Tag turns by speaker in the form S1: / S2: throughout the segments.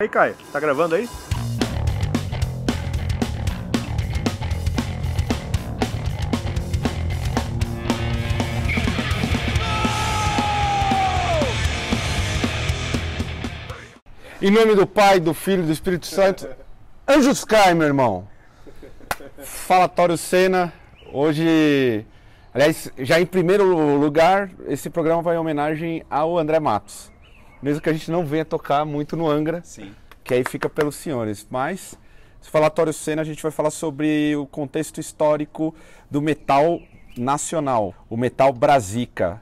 S1: Aí, Caio, tá gravando aí?
S2: Em nome do Pai, do Filho e do Espírito Santo, Anjos cai, meu irmão. Fala, Tório Senna. Hoje, aliás, já em primeiro lugar, esse programa vai em homenagem ao André Matos. Mesmo que a gente não venha tocar muito no Angra,
S1: Sim.
S2: que aí fica pelos senhores. Mas, se falar Tório Senna, a gente vai falar sobre o contexto histórico do metal nacional, o metal brasica,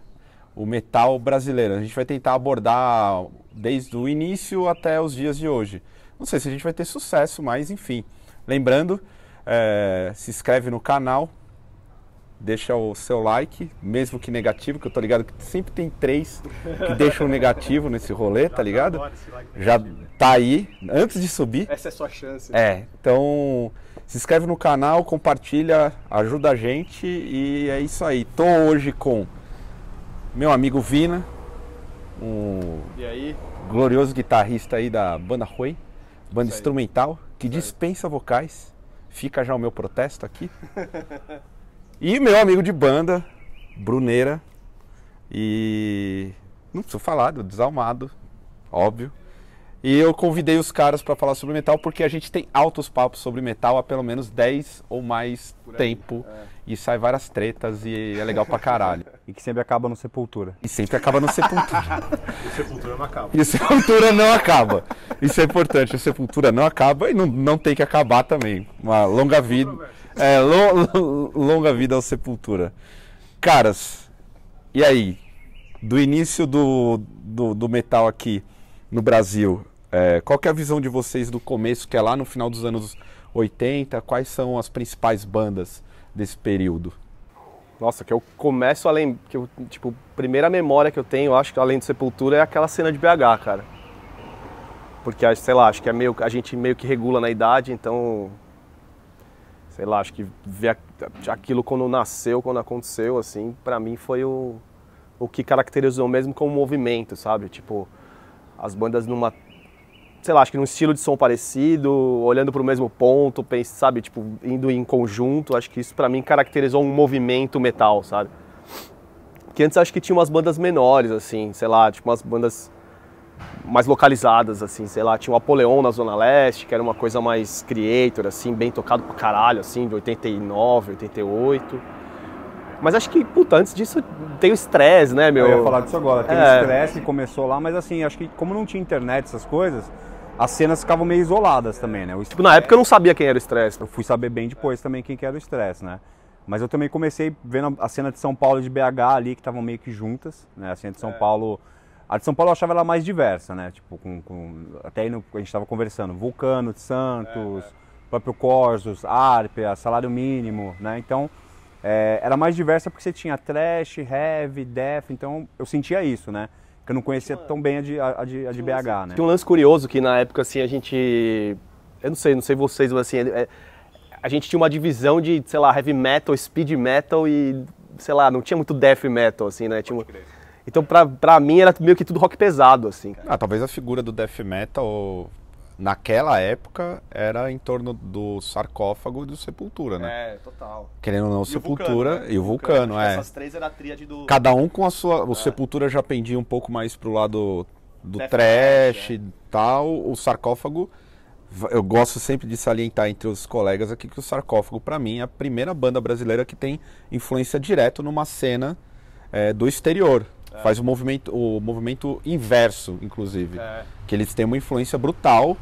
S2: o metal brasileiro. A gente vai tentar abordar desde o início até os dias de hoje. Não sei se a gente vai ter sucesso, mas enfim. Lembrando, eh, se inscreve no canal, deixa o seu like, mesmo que negativo, que eu tô ligado que sempre tem três que deixam negativo nesse rolê, tá ligado? já tá aí, antes de subir.
S3: Essa é a sua chance.
S2: É, então se inscreve no canal, compartilha, ajuda a gente e é isso aí. Tô hoje com meu amigo Vina, um
S3: E aí,
S2: glorioso guitarrista aí da banda Hui, banda
S3: Isso aí.
S2: instrumental, que
S3: Isso aí.
S2: dispensa vocais. Fica já o meu protesto aqui. e meu amigo de banda, Bruneira. E não preciso falar, do Desalmado, óbvio. E eu convidei os caras para falar sobre metal porque a gente tem altos papos sobre metal há pelo menos 10 ou mais
S3: Por aí,
S2: tempo.
S3: é.
S2: E sai várias tretas e é legal pra caralho.
S4: E que sempre acaba no Sepultura.
S2: E sempre acaba no Sepultura.
S1: O Sepultura não acaba.
S2: E o Sepultura é não acaba. Isso é importante. O Sepultura não acaba e não, não tem que acabar também. Uma longa vida. É, lo- lo- longa vida ao Sepultura. Caras, e aí? Do início do, do, do metal aqui no Brasil, é, qual que é a visão de vocês do começo, que é lá no final dos anos 80? Quais são as principais bandas desse período?
S3: Nossa, que eu começo a lembrar. Que eu, tipo, primeira memória que eu tenho, acho que além do Sepultura, é aquela cena de BH, cara. Porque, acho- sei lá, acho que é meio, a gente meio que regula na idade, então. Sei lá, acho que ver a- aquilo quando nasceu, quando aconteceu, assim, pra mim foi o, o que caracterizou mesmo como movimento, sabe? Tipo, as bandas numa. Sei lá, acho que num estilo de som parecido, olhando para o mesmo ponto, pens- sabe, tipo, indo em conjunto, acho que isso pra mim caracterizou um movimento metal, sabe? Que antes acho que tinha umas bandas menores, assim, sei lá, tipo umas bandas mais localizadas, assim, sei lá, tinha o Apoleon na Zona Leste, que era uma coisa mais creator, assim, bem tocado pra caralho, assim, de 89, 88. Mas acho que, puta, antes disso tem o estresse, né, meu?
S4: Eu ia falar disso agora. Teve
S3: É.
S4: estresse que começou lá, mas assim, acho que como não tinha internet, essas coisas, as cenas ficavam meio isoladas também, né? O
S3: Tipo, na época eu não sabia quem era o estresse.
S4: Eu fui saber bem
S3: É.
S4: depois também quem que era o estresse, né? Mas eu também comecei vendo a cena de São Paulo e de BH ali, que estavam meio que juntas, né? A cena
S3: É.
S4: de São Paulo... A de São Paulo eu achava ela mais diversa, né? Tipo, com... com- até aí no- a gente estava conversando, Vulcano de
S3: É,
S4: Santos, próprio Corsos, Árpia, Salário Mínimo, né? Então, é, era mais diversa porque você tinha trash, heavy, death, então eu sentia isso, né? Que eu não conhecia tão bem a de, a- a de- a de BH, né?
S3: Tem um lance curioso que na época, assim, a gente. Eu não sei, não sei vocês, mas assim. é- a gente tinha uma divisão de, sei lá, heavy metal, speed metal e. Sei lá, não tinha muito death metal, assim, né? Tinha um- Então, pra, pra mim, era meio que tudo rock pesado, assim.
S2: Ah, talvez a figura do death metal naquela época era em torno do sarcófago e do Sepultura, né?
S3: É, total.
S2: Querendo ou não, Sepultura
S3: né?
S2: e o Vulcano, é.
S3: três era a tríade do.
S2: Cada um com a sua. O Sepultura já pendia um pouco mais pro lado do
S3: Death
S2: trash
S3: metal,
S2: e tal. O sarcófago. va- Eu gosto sempre de salientar entre os colegas aqui que o sarcófago, pra mim, é a primeira banda brasileira que tem influência direto numa cena eh, do exterior. Faz o movimento, o movimento inverso, inclusive que eles têm uma influência brutal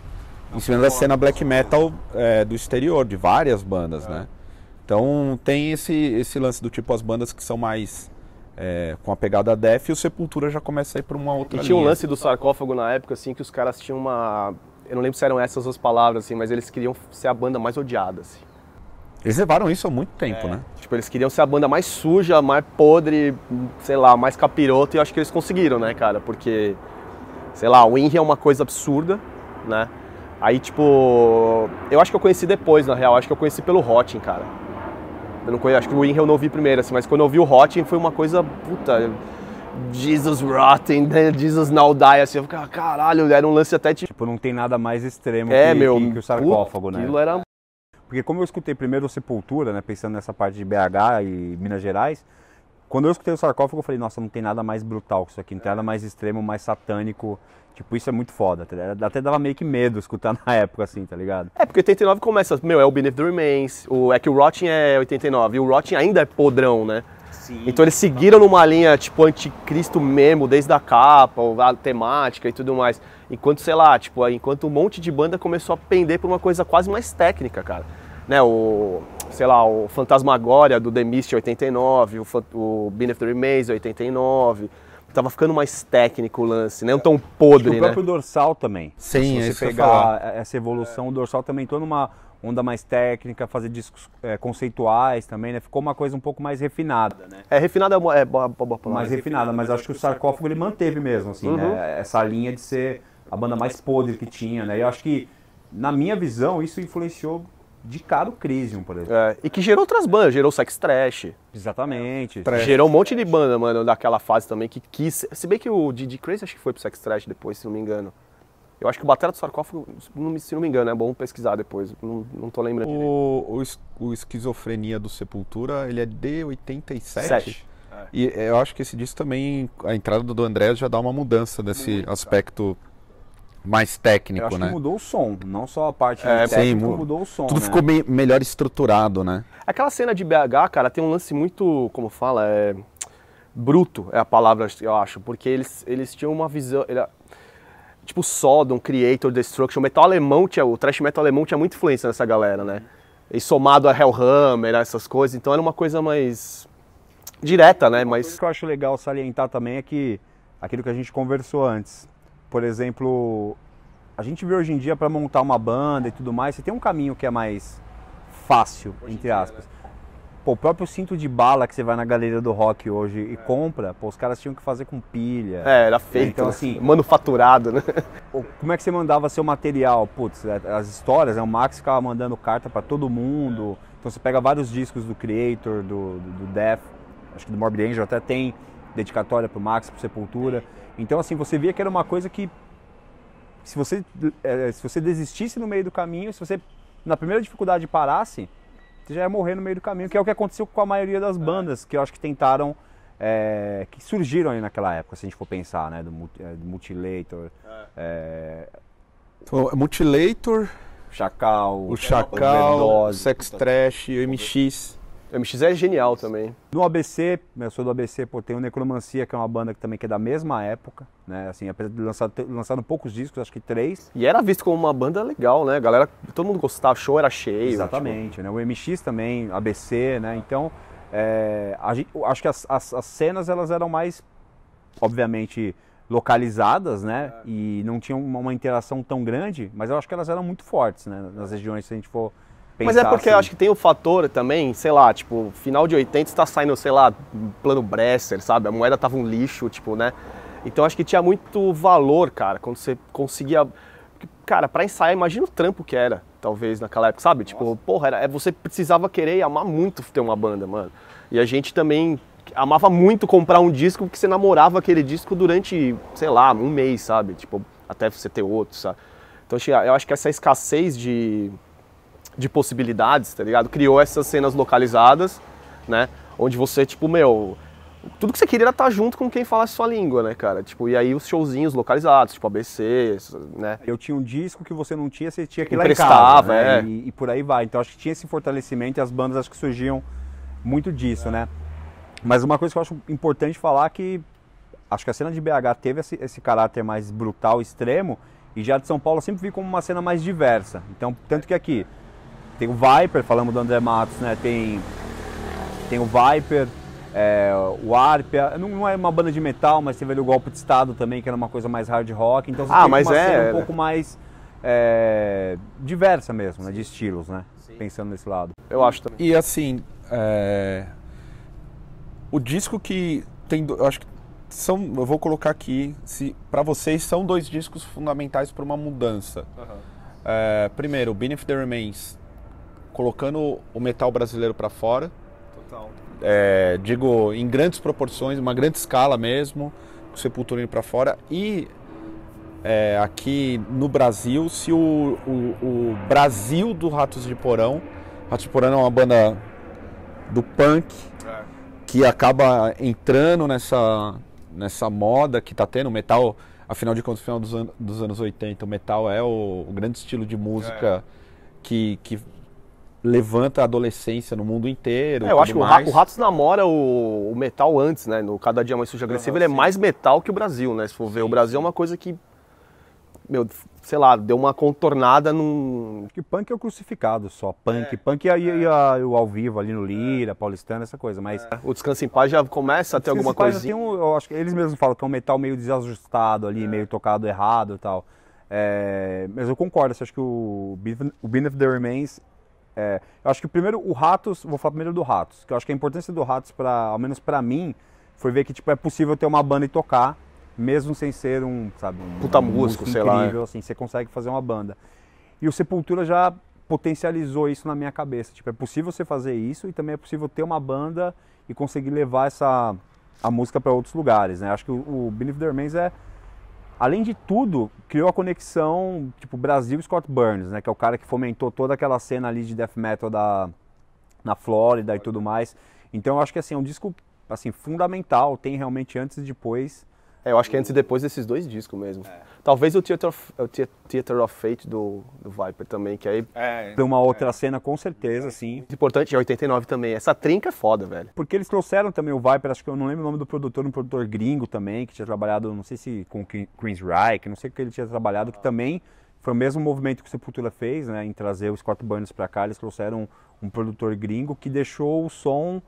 S2: em cima da cena black metal é, do exterior, de várias bandas,
S4: É.
S2: né? Então tem esse, esse lance do tipo as bandas que são mais é, com a pegada death e o Sepultura já começa a ir para uma outra
S3: E tinha um
S2: linha.
S3: lance do sarcófago na época, assim, que os caras tinham uma. Eu não lembro se eram essas as palavras, assim, mas eles queriam ser a banda mais odiada, assim.
S2: Eles levaram isso há muito tempo,
S4: É.
S2: né?
S3: Tipo, eles queriam ser a banda mais suja, mais podre, sei lá, mais capiroto, e eu acho que eles conseguiram, né, cara? Porque, sei lá, o Inri é uma coisa absurda, né? Aí, tipo, eu acho que eu conheci depois, na real, acho que eu conheci pelo Hotting, cara. Eu não conheço, acho que o Inri eu não ouvi primeiro, assim, mas quando eu ouvi o Hotting foi uma coisa, puta, Jesus Rotten, né? Jesus Now Die, assim, eu ficava, caralho, era um lance até tipo.
S4: Tipo, não tem nada mais extremo
S3: É,
S4: que,
S3: meu.
S4: que- que o sarcófago,
S3: puta,
S4: né?
S3: Aquilo era.
S4: Porque como eu escutei primeiro o Sepultura, né, pensando nessa parte de BH e Minas Gerais, quando eu escutei o sarcófago, eu falei, nossa, não tem nada mais brutal que isso aqui, não tem nada mais extremo, mais satânico. Tipo, isso é muito foda, tá ligado? Até dava meio que medo escutar na época, assim, tá ligado?
S3: É, porque 89 começa, meu, é o Beneath the Remains, o, é que o Rotten é 89, e o Rotten ainda é podrão, né?
S1: Sim.
S3: Então eles seguiram numa linha tipo anticristo mesmo, desde a capa, a temática e tudo mais. Enquanto, sei lá, tipo, enquanto um monte de banda começou a pender por uma coisa quase mais técnica, cara. Né, o, sei lá, o Fantasmagória do The Mist 89, o, Fan- o Beneath the Remains 89. Tava ficando mais técnico o lance, não tão
S4: Acho que
S3: podre,
S4: Tipo, o
S3: né?
S4: próprio dorsal também.
S2: Sim, é
S4: Se
S2: isso que
S4: você
S2: eu ia falar.
S4: pegar essa evolução, o dorsal também entrou numa onda mais técnica, fazer discos eh, conceituais também, né? Ficou uma coisa um pouco mais refinada, né?
S3: É, refinado é uma é, boa, boa, boa palavra.
S4: mais refinada, mas acho que o sarcófago ele manteve mesmo, assim, né? Essa linha de ser a banda mais podre que tinha, né? E eu acho que, na minha visão, isso influenciou de cara o Crisium, por exemplo.
S3: É, e que gerou outras bandas, gerou Sex Trash,
S2: É.
S4: Exatamente.
S2: Trash.
S3: gerou um monte de banda, mano, daquela fase também que quis. Se bem que o Didi Crazy acho que foi pro Sex Trash depois, se não me engano. Eu acho que o Batalha do Sarcófago, se não me- se não me engano, é bom pesquisar depois, não, não tô lembrando. direito.
S2: O, o es- o Esquizofrenia do Sepultura, ele é de 87.
S3: Sete.
S4: É.
S2: E é, eu acho que esse disco também, a entrada do André já dá uma mudança nesse aspecto mais
S4: Eu
S2: técnico,
S4: acho
S2: né?
S4: que mudou o som, não só a parte
S3: É,
S4: técnica,
S2: sim, mu-
S4: mudou o som,
S2: Tudo
S4: né?
S2: ficou me- melhor estruturado, né?
S3: Aquela cena de BH, cara, tem um lance muito, como fala, é bruto é a palavra, eu acho, porque eles, eles tinham uma visão, era, tipo Sodom, Creator, Destruction, o metal alemão tinha, o thrash metal alemão tinha muita influência nessa galera, né? E somado a Hellhammer, essas coisas, então era uma coisa mais direta, né?
S4: O
S3: Mas
S4: que eu acho legal salientar também é que aquilo que a gente conversou antes. Por exemplo, a gente vê hoje em dia para montar uma banda e tudo mais, você tem um caminho que é mais fácil, entre aspas. Pô, o próprio cinto de bala que você vai na galeria do rock hoje e compra, pô, os caras tinham que fazer com pilha.
S3: é, era feito,
S4: Então,
S3: né?
S4: assim-
S3: manufaturado, né?
S4: Pô, Como é que você mandava seu material? Putz, é, as histórias, né? o Max ficava mandando carta para todo mundo. Então você pega vários discos do Creator, do, do, do Death, acho que do Morbid Angel até tem dedicatória pro Max, pro Sepultura. Então assim, você via que era uma coisa que se você, eh, se você desistisse no meio do caminho, se você na primeira dificuldade parasse, você já ia morrer no meio do caminho, que é o que aconteceu com a maioria das bandas que eu acho que tentaram, eh, que surgiram aí naquela época, se a gente for pensar, né? Do, Mut- eh, do Mutilator,
S2: O Mutilator,
S4: Chacal,
S2: o Chacal,
S4: Overdose.
S2: Sex Trash, o MX.
S3: O MX é genial também.
S4: No ABC, né, eu sou do ABC, pô, tem o Necromancia, que é uma banda que também que é da mesma época, né? Assim, apesar de lançar, ter lançado poucos discos, acho que três.
S3: E era visto como uma banda legal, né? A galera, todo mundo gostava, o show era cheio. tipo,
S4: Exatamente, né? O MX também, ABC, né? Então, é, a gente- eu acho que as, as- as cenas elas eram mais, obviamente, localizadas, né?
S3: É.
S4: E não tinham uma, uma interação tão grande, mas eu acho que elas eram muito fortes, né? Nas regiões, se a gente for pensar.
S3: Mas é porque
S4: assim.
S3: eu acho que tem o fator também, sei lá, tipo, final de 80 está saindo, sei lá, plano Bresser, sabe? A moeda tava um lixo, tipo, né? Então acho que tinha muito valor, cara, quando você conseguia. Porque, Cara, pra ensaiar, imagina o trampo que era, talvez, naquela época, sabe? Tipo, porra, era, é, você precisava querer e amar muito ter uma banda, mano. E a gente também amava muito comprar um disco porque você namorava aquele disco durante, sei lá, um mês, sabe? Tipo, até você ter outro, sabe? Então acho que- eu acho que essa escassez de, de possibilidades, tá ligado? Criou essas cenas localizadas, né? Onde você, tipo, meu. Tudo que você queria era estar junto com quem falasse sua língua, né, cara? Tipo, e aí os showzinhos localizados, tipo ABC, isso, né?
S4: Eu tinha um disco que você não tinha, você tinha que ir lá em
S3: Emprestava,
S4: casa, né?
S3: é.
S4: e, e por aí vai. Então acho que tinha esse fortalecimento e as bandas acho que surgiam muito disso, né? Mas uma coisa que eu acho importante falar é que acho que a cena de BH teve esse, esse caráter mais brutal, extremo, e já de São Paulo eu sempre vi como uma cena mais diversa. Então, tanto que aqui tem o Viper, falamos do André Matos, né? Tem, tem o Viper, é, o Arpia, não, não é uma banda de metal, mas teve ali o golpe de estado também, que era uma coisa mais hard rock. Então você
S3: Ah,
S4: teve
S3: mas
S4: uma
S3: é,
S4: cena
S3: era.
S4: um pouco mais é, diversa mesmo, né? De estilos, né? Pensando nesse lado.
S3: Eu acho também.
S2: E assim, é, o disco que tem, do- eu acho que são, eu vou colocar aqui, se para vocês são dois discos fundamentais para uma mudança. É, primeiro, Beneath the Remains, colocando o metal brasileiro para fora.
S1: Total.
S2: é, digo, em grandes proporções, uma grande escala mesmo, com o Sepultura indo para fora. E é, aqui no Brasil, se o, o, o Brasil do Ratos de Porão, Ratos de Porão é uma banda do punk
S3: É.
S2: que acaba entrando nessa, nessa moda que tá tendo, o metal, afinal de contas, no final dos, an dos anos 80, o metal é o, o grande estilo de
S3: É.
S2: música que, que levanta a adolescência no mundo inteiro.
S3: É, eu acho que
S2: tudo
S3: o, Ra-
S2: mais.
S3: o Ratos namora o, o metal antes, né? No Cada Dia Mais Sujo e Agressivo, ele é mais metal que o Brasil, né? Se for ver, o Brasil é uma coisa que, meu, sei lá, deu uma contornada num...
S4: Acho que punk é o crucificado só. Punk, punk e aí a- o ao vivo ali no Lira, Paulistano, essa coisa. Mas
S3: né? O Descanso em Paz já começa a ter alguma
S4: Esses caras
S3: coisinha. É.
S4: têm um- eu acho que eles mesmos falam que é um metal meio desajustado ali, meio tocado errado e tal. É, mas eu concordo, assim, acho que o Beneath o Beneath the Remains. é, eu acho que primeiro o Ratos, vou falar primeiro do Ratos, que eu acho que a importância do Ratos, pra, ao menos pra mim, foi ver que tipo, é possível ter uma banda e tocar, mesmo sem ser um, sabe, um
S3: Puta
S4: um
S3: músico, sei lá, né?
S4: incrível, assim, você consegue fazer uma banda. E o Sepultura já potencializou isso na minha cabeça. Tipo, é possível você fazer isso e também é possível ter uma banda e conseguir levar essa a música para outros lugares, né? Acho que o, o Beneath the Remains é além de tudo, criou a conexão tipo Brasil e Scott Burns, né, que é o cara que fomentou toda aquela cena ali de death metal da na Flórida e tudo mais. Então eu acho que assim, é um disco assim fundamental, tem realmente antes e depois.
S3: É, eu acho que é antes e depois desses dois discos mesmo.
S4: É.
S3: Talvez o Theater of, o Thea- Theater of Fate do, do Viper também, que aí é
S4: Tem uma outra cena com certeza, assim.
S3: muito importante, é 89 também. Essa trinca é foda, velho.
S4: Porque eles trouxeram também o Viper, acho que eu não lembro o nome do produtor, um produtor gringo também, que tinha trabalhado, não sei se com o Queen- Queen's Reich, não sei o que ele tinha trabalhado,
S3: Ah.
S4: que também foi o mesmo movimento que o Sepultura fez, né, em trazer o Scott Burns pra cá, eles trouxeram um produtor gringo que deixou o som,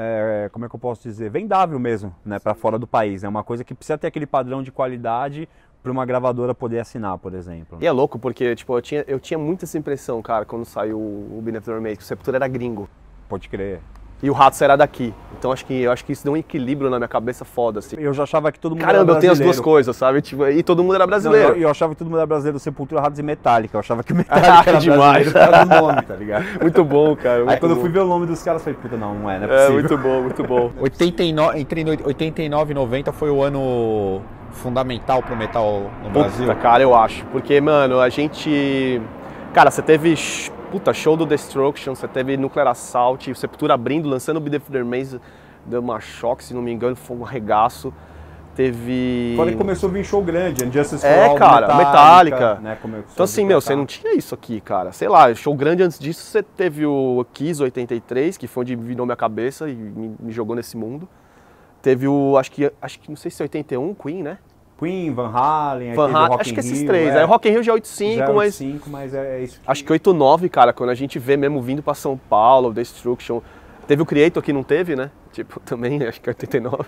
S4: é, como é que eu posso dizer, vendável mesmo, né, para fora do país, é né, uma coisa que precisa ter aquele padrão de qualidade para uma gravadora poder assinar, por exemplo.
S3: E é louco, porque, tipo, eu tinha, eu tinha muito essa impressão, cara, quando saiu o Beneath the Remains, que o Sepultura era gringo.
S4: Pode crer.
S3: E o Ratos era daqui. Então acho que eu acho que isso deu um equilíbrio na minha cabeça foda, assim.
S4: Eu já achava que todo mundo
S3: Caramba,
S4: era
S3: eu tenho as
S4: é brasileiro.
S3: duas coisas, sabe? Tipo, e todo mundo era
S4: Não,
S3: brasileiro.
S4: eu, eu achava que todo mundo era brasileiro, Sepultura, Ratos e Metallica. Eu achava que o Metallica era
S3: demais.
S4: demais. Era do nome, tá ligado?
S3: Muito bom, cara. Muito
S4: Aí quando
S3: bom.
S4: eu fui ver o nome dos caras, eu falei, puta, não, não é, não é
S3: É,
S4: possível.
S3: muito bom, muito bom.
S2: 89, entre no- 89 e 90 foi o ano fundamental pro metal no Brasil.
S3: Puta, cara, eu acho. Porque, mano, a gente. Cara, você teve. sh- Puta, show do Destruction, você teve Nuclear Assault, Sepultura abrindo, lançando o Be The Maze, deu uma choque, se não me engano, foi um regaço. Teve.
S4: Quando ele é começou a vir show grande, Injustice
S3: É,
S4: for All,
S3: cara, Metallica.
S4: né, começou
S3: Então
S4: a
S3: assim,
S4: vir
S3: meu,
S4: pra cá.
S3: você não tinha isso aqui, cara. Sei lá, show grande antes disso, você teve o Kiss 83, que foi onde virou minha cabeça e me, me jogou nesse mundo. Teve o, acho que, acho que não sei se é 81, Queen, né?
S4: Queen, Van Halen, aí
S3: Van
S4: É, teve o
S3: Halen,
S4: Rock
S3: acho
S4: in
S3: que esses
S4: Rio,
S3: três.
S4: é,
S3: Aí o Rock in Rio já é 85,
S4: já é um
S3: mas
S4: cinco, mas é isso que...
S3: acho que 89, cara, quando a gente vê mesmo vindo pra São Paulo, Destruction. Teve o Creator que não teve, né? Tipo, também, acho que é 89.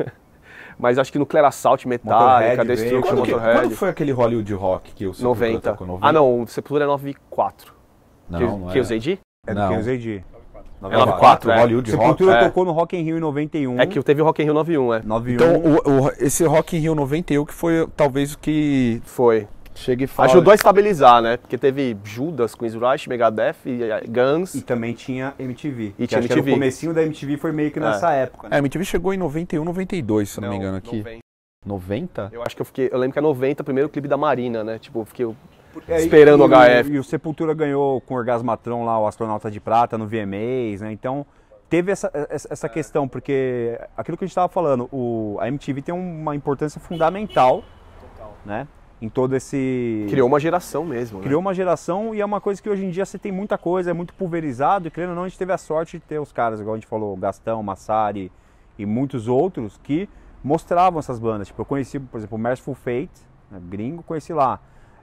S3: mas acho que Nuclear Assault, Metallica,
S4: Motorhead veio.
S3: Destruction,
S2: Quando, que- quando
S3: Motorhead.
S2: foi aquele Hollywood Rock que o Sepultura
S3: 90.
S2: tocou? 90?
S3: Ah, não, o Sepultura é 94.
S2: Não,
S3: que,
S2: não
S3: que
S2: é.
S3: eu usei de?
S4: É do
S2: não.
S4: Kenzo AD.
S3: É 94, é.
S2: Hollywood Rock.
S4: Sepultura
S3: é.
S4: tocou no Rock in Rio em 91.
S3: É que teve o Rock in Rio 91, é.
S4: 91.
S2: Então, o-
S3: um.
S2: o- esse Rock in Rio 91 que foi talvez o que
S3: Foi.
S2: chegue fora.
S3: Ajudou a estabilizar, né? Porque teve Judas, Queen's Rush, Megadeth, e, eh, Guns.
S4: E também tinha MTV.
S3: E
S4: que
S3: tinha
S4: acho que era
S3: MTV.
S4: o comecinho da MTV foi meio que nessa época, né?
S2: É, a MTV chegou em 91, 92, se eu não, me engano aqui. 90?
S3: Eu acho que eu fiquei. Eu lembro que é 90, primeiro clipe da Marina, né? Tipo, eu fiquei.
S4: É, e-
S3: Esperando o
S4: e,
S3: HF.
S4: E o Sepultura ganhou com o Orgasmatron lá, o Astronauta de Prata, no VMAs, né? Então, teve essa, essa, essa questão, porque aquilo que a gente estava falando, o, a MTV tem uma importância fundamental, né? Em todo esse...
S3: Criou uma geração mesmo. né?
S4: Criou uma geração e é uma coisa que hoje em dia você tem muita coisa, é muito pulverizado, e querendo ou não, a gente teve a sorte de ter os caras, igual a gente falou, Gastão, Massari e muitos outros que mostravam essas bandas. Tipo, eu conheci, por exemplo, o Merciful Fate, né, gringo, conheci lá.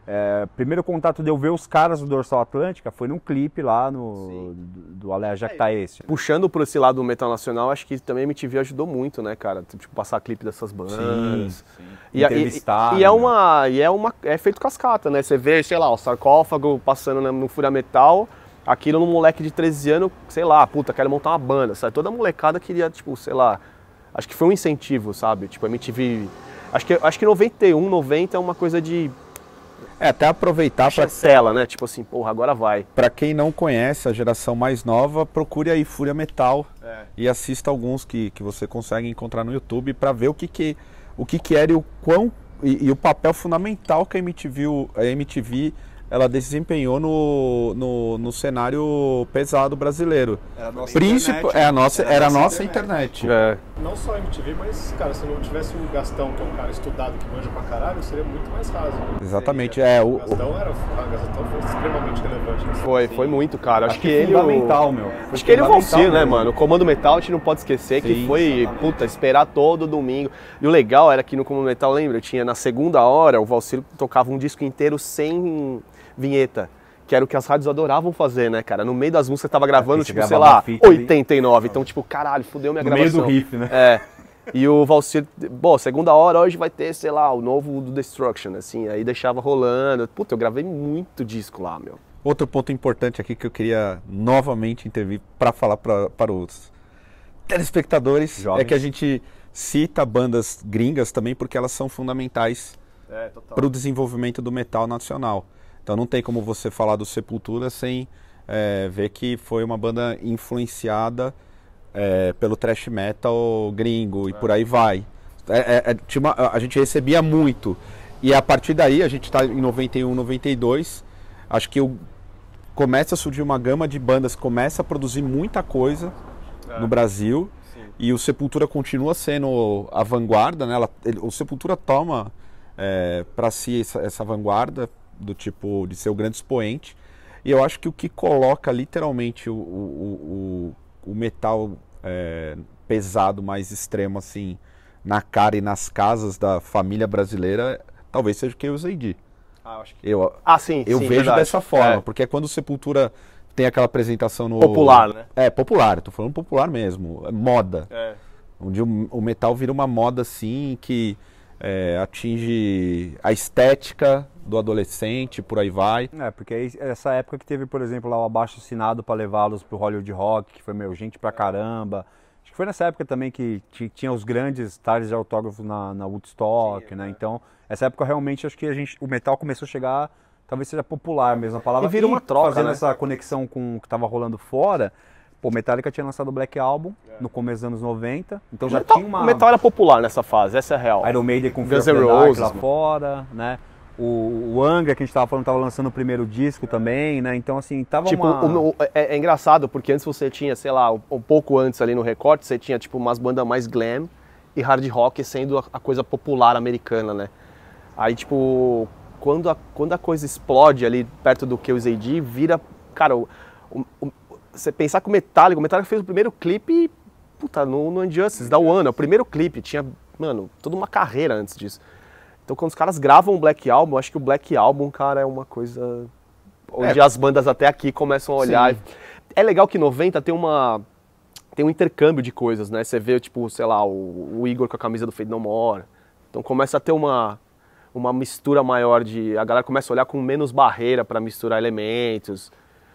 S4: É, primeiro contato de eu ver os caras do Dorsal Atlântica foi num clipe lá no, do, do tá Ale Jactaense.
S3: Puxando por esse lado do metal nacional, acho que também a MTV ajudou muito, né, cara? Tipo, passar clipe dessas bandas. E, e-
S4: Entrevistar,
S3: e é
S4: né?
S3: uma. E é uma. É feito cascata, né? Você vê, sei lá, o sarcófago passando na- no furamental, aquilo num moleque de 13 anos, sei lá, puta, quero montar uma banda. Sabe? Toda molecada queria, tipo, sei lá. Acho que foi um um, incentivo, sabe? Tipo, a MTV. Acho que, acho que 91, 90 é uma coisa de.
S2: É, até aproveitar para
S3: Chancela, né? Tipo assim, porra, agora vai.
S2: Pra quem não conhece a geração mais nova, procure aí Fúria Metal
S5: É.
S2: e assista alguns que, que você consegue encontrar no YouTube pra ver o que que, o que, que era e o quão e, e o papel fundamental que a MTV, o- a MTV ela desempenhou no, no, no cenário pesado brasileiro.
S5: Era a nossa
S2: Principal
S5: internet, né?
S2: é a nossa,
S5: Era a
S2: era a
S5: nossa
S2: nossa internet.
S3: É.
S1: Não só MTV, mas, cara, se não tivesse o Gastão, que é um cara estudado que manja pra caralho, seria muito mais raso.
S2: Exatamente,
S1: Seria.
S2: é, o-
S1: O Gastão, era, o Gastão foi extremamente relevante. nesse
S3: Foi, foi muito, cara. Acho,
S4: Acho
S3: que, ele. o-
S4: fundamental, meu. Foi
S3: Acho que ele e o
S4: fundamental
S3: Valsir, né,
S4: mesmo.
S3: mano? O Comando Metal a gente não pode esquecer que
S4: Sim,
S3: foi, puta, esperar todo domingo. E o legal era que no Comando Metal, lembra? Tinha na segunda hora, o Valsir tocava um disco inteiro sem vinheta. Que era o que as rádios adoravam fazer, né, cara? No meio das músicas tava gravando,
S4: É, você
S3: tipo, sei
S4: gravava
S3: lá,
S4: a fita ali.
S3: 89. Então, tipo, caralho, fudeu minha
S4: No meio
S3: gravação.
S4: do riff, né?
S3: É. E o Valsir, bom, segunda hora hoje vai ter, sei lá, o novo do Destruction, assim, aí deixava rolando. Puta, eu gravei muito disco lá, meu.
S2: Outro ponto importante aqui que eu queria novamente intervir para falar pra- para os telespectadores
S4: Jovens.
S2: é que a gente cita bandas gringas também porque elas são fundamentais
S1: É, total.
S2: para o desenvolvimento do metal nacional. Então não tem como você falar do Sepultura sem eh, ver que foi uma banda influenciada eh, pelo thrash metal gringo e por aí vai. É, é, é, tinha uma- a gente recebia muito. E a partir daí, a gente está em 91, 92, acho que o- começa a surgir uma gama de bandas, começa a produzir muita coisa no Brasil. E o Sepultura continua sendo a vanguarda, né? Ela- ele- o Sepultura toma para É, si essa, essa vanguarda do tipo de ser o grande expoente. E eu acho que o que coloca literalmente o, o- o- o metal é, pesado mais extremo assim na cara e nas casas da família brasileira talvez seja o que eu usei de.
S3: Ah, acho que.
S2: Eu,
S3: Ah, sim.
S2: eu
S3: sim,
S2: vejo
S3: verdade.
S2: dessa forma,
S3: É.
S2: porque é quando o Sepultura tem aquela apresentação no.
S3: Popular, né?
S2: É, popular, tô falando popular mesmo. é Moda.
S3: É.
S2: Onde o, o metal vira uma moda assim que é, atinge a estética do adolescente, por aí vai.
S4: É, porque aí, essa época que teve, por exemplo, lá o abaixo assinado para levá-los pro Hollywood Rock, que foi meu gente pra caramba. Acho que foi nessa época também que ti- tinha os grandes tardes de autógrafo na, na Woodstock,
S3: é.
S4: né? Então, essa época realmente acho que a gente, o metal começou a chegar, talvez seja popular mesmo a palavra.
S3: E vira uma troca,
S4: Fazendo
S3: né?
S4: essa conexão com o que tava rolando fora. Pô, Metallica tinha lançado o Black Album no começo dos anos 90, então
S3: O
S4: já
S3: É. metal,
S4: tinha uma
S3: o metal era popular nessa fase, essa é a real.
S4: Iron Maiden com
S3: Guns
S4: Fear of
S3: N'
S4: the Dark
S3: Roses,
S4: lá
S3: mano.
S4: fora, né? O, o Angra, que a gente tava falando, tava lançando o primeiro disco também, né? Então, assim, tava
S3: Tipo,
S4: uma...
S3: o- o- é, é engraçado, porque antes você tinha, sei lá, um, um pouco antes ali no recorte, você tinha tipo umas bandas mais glam e hard rock sendo a, a coisa popular americana, né? Aí, tipo, quando a, quando a coisa explode ali perto do que eu usei de, vira. Cara, o- o- o- você pensar que o Metallica, o Metallica fez o primeiro clipe, puta, no, no Injustice, da One, é o primeiro clipe, tinha, mano, toda uma carreira antes disso. Então, quando os caras gravam o Black Album, eu acho que o Black Album, cara, é uma coisa onde as bandas até aqui começam a olhar. É legal que 90 tem uma tem um intercâmbio de coisas, né? Você vê, tipo, sei lá, o, o Igor com a camisa do Fade No More. Então começa a ter uma, uma mistura maior de... A galera começa a olhar com menos barreira para misturar elementos,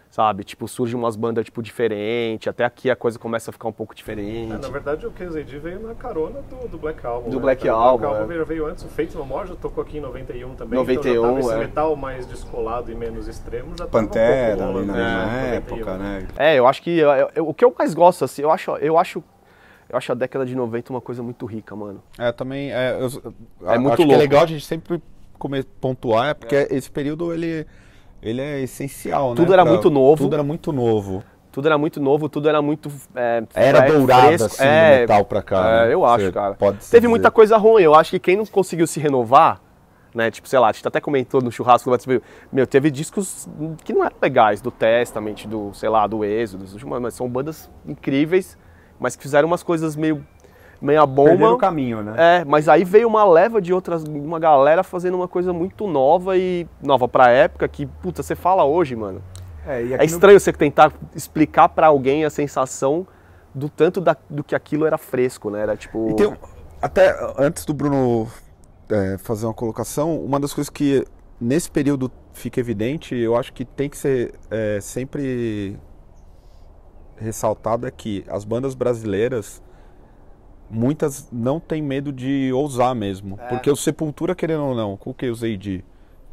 S3: sabe? Tipo, surgem umas bandas, tipo, diferentes. Até aqui a coisa começa a ficar um pouco
S1: É, na
S3: diferente.
S1: verdade, o KZD veio na carona do, do Black Album.
S3: Do
S1: né?
S3: Black
S1: Então,
S3: Album,
S1: O Black Album
S3: é.
S1: já veio antes, o Fate No More já tocou aqui em 91 também.
S3: 91,
S1: então já tava esse
S3: é.
S1: metal mais descolado e menos extremo. Já
S5: Pantera,
S1: tava um
S5: ali
S1: pouco
S5: na
S1: rolando,
S5: mesma
S1: né? 91.
S5: época, né?
S3: É, eu acho que... eu- eu- o que eu mais gosto, assim, eu acho, eu acho... Eu acho a década de 90 uma coisa muito rica, mano.
S2: É, também. É, eu-
S3: É
S2: a-
S3: muito
S2: acho que é
S3: louco.
S2: legal a gente sempre come- pontuar, é porque esse período ele, ele é essencial, né?
S3: Tudo era muito novo.
S2: Tudo era muito novo.
S3: Tudo era muito novo, tudo era muito... é,
S2: Era
S3: fre-
S2: dourado,
S3: fresco.
S2: assim,
S3: É,
S2: do metal pra cá. né?
S3: É, eu acho,
S2: Você
S3: cara.
S2: Pode
S3: Teve muita coisa ruim. Eu acho que quem não conseguiu se renovar, né? Tipo, sei lá, a gente até comentou no churrasco do WhatsApp, meu, teve discos que não eram legais, do Testament, do, sei lá, do Êxodo, dos- mas são bandas incríveis, mas que fizeram umas coisas meio meia
S4: Perderam
S3: bomba.
S4: o caminho, né?
S3: É, mas aí veio uma leva de outras, uma galera fazendo uma coisa muito nova e nova pra época que, puta, você fala hoje, mano.
S4: É, e
S3: É
S4: aqui no-
S3: estranho você tentar explicar pra alguém a sensação do tanto da- do que aquilo era fresco, né? Era tipo.
S2: E tem um- até antes do Bruno é, fazer uma colocação, uma das coisas que nesse período fica evidente, eu acho que tem que ser é, sempre ressaltado é que as bandas brasileiras muitas
S3: É.
S2: não têm medo de ousar mesmo, porque o Sepultura querendo ou não, com o que eu usei de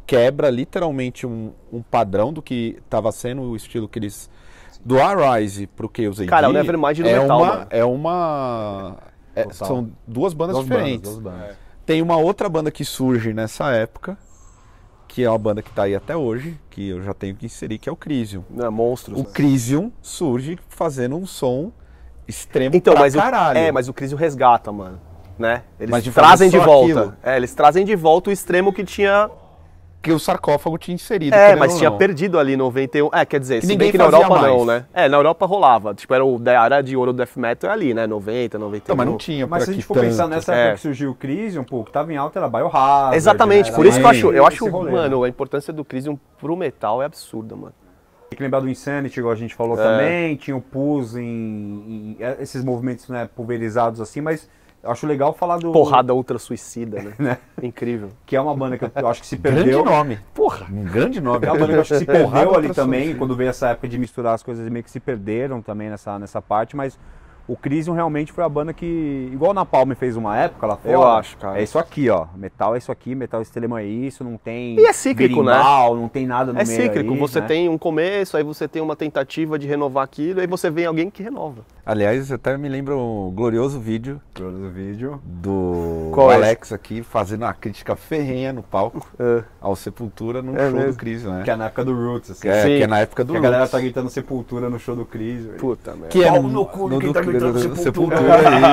S2: quebra literalmente um, um padrão do que estava sendo o estilo que eles. Do Arise pro Chaos AD.
S3: Cara, é o Nevermind do
S2: é
S3: metal,
S2: uma,
S3: mano.
S2: é uma. é- são duas bandas
S5: Duas bandas,
S2: diferentes.
S5: duas
S4: É,
S5: bandas.
S2: Tem uma outra banda que surge nessa época, que é uma banda que tá aí até hoje, que eu já tenho que inserir, que é o Crisium.
S3: Não, monstros.
S2: O
S3: né?
S2: Crisium surge fazendo um som extremo
S3: Então,
S2: pra
S3: mas o,
S2: caralho.
S3: é, mas o Cris resgata, mano. Né? Eles
S2: Mas de fazer
S3: trazem de
S2: só
S3: volta.
S2: aquilo.
S3: É, eles trazem de volta o extremo que tinha.
S2: Que o sarcófago tinha inserido.
S3: É,
S2: querendo
S3: mas
S2: ou
S3: tinha
S2: não.
S3: perdido ali em 91. É, quer dizer,
S2: Que
S3: se
S2: ninguém
S3: bem que na
S2: fazia
S3: Europa não,
S2: mais.
S3: né? É, na Europa rolava. Tipo, era o da área de ouro do Death Metal ali, né? 90, 91.
S2: Então, mas não tinha
S4: Mas se a
S2: por
S4: gente
S2: aqui
S4: for
S2: tanto.
S4: pensar nessa
S3: É.
S4: época que surgiu o Crisium, pô, o que tava em alta era Biohazard.
S3: Exatamente,
S4: né?
S3: por isso que eu
S4: Era
S3: acho, eu
S4: esse
S3: acho,
S4: rolê, né?
S3: mano, a importância do Crisium pro metal é absurda, mano.
S4: Tem que lembrar do Insanity, igual a gente
S3: É.
S4: falou também, tinha o Pus em, em- esses movimentos né, pulverizados assim, mas eu acho legal falar do.
S3: Porrada ultra suicida, né? Incrível.
S4: Que é uma banda que eu, eu acho que se
S2: Grande
S4: perdeu.
S2: nome.
S3: Porra.
S2: Um grande nome.
S4: É uma banda que eu acho que se
S2: Porrada
S4: perdeu ali
S2: pra
S4: também,
S2: surgir.
S4: quando veio essa época de misturar as coisas, meio que se perderam também nessa, nessa parte, mas o Crisium realmente foi a banda que, igual na Palme fez uma época lá fora.
S3: Eu acho, cara.
S4: É isso aqui, ó. Metal é isso aqui, metal extremo é isso, não tem.
S3: E é cíclico, né?
S4: berimbau, Não tem nada no
S3: É
S4: meio.
S3: cíclico,
S4: aí,
S3: você
S4: né?
S3: tem um começo, aí você tem uma tentativa de renovar aquilo, aí você vem alguém que renova.
S2: Aliás, até me lembra um glorioso vídeo
S4: Produz vídeo.
S2: do
S3: Qual é?
S2: Alex aqui fazendo uma crítica ferrenha no palco ao Sepultura num
S3: É
S2: show
S3: mesmo.
S2: do Crisium, né?
S4: Que é na época do Roots, assim.
S2: Que é,
S3: Sim.
S2: que é na época do
S4: Que a galera
S2: Roots.
S4: tá gritando Sepultura no show do Cris. velho.
S3: Puta merda.
S2: Que é
S5: Pau
S2: no,
S5: no cu de
S2: no
S5: quem
S2: do-
S5: tá gritando
S2: do- do-
S5: Sepultura.
S2: Sepultura aí.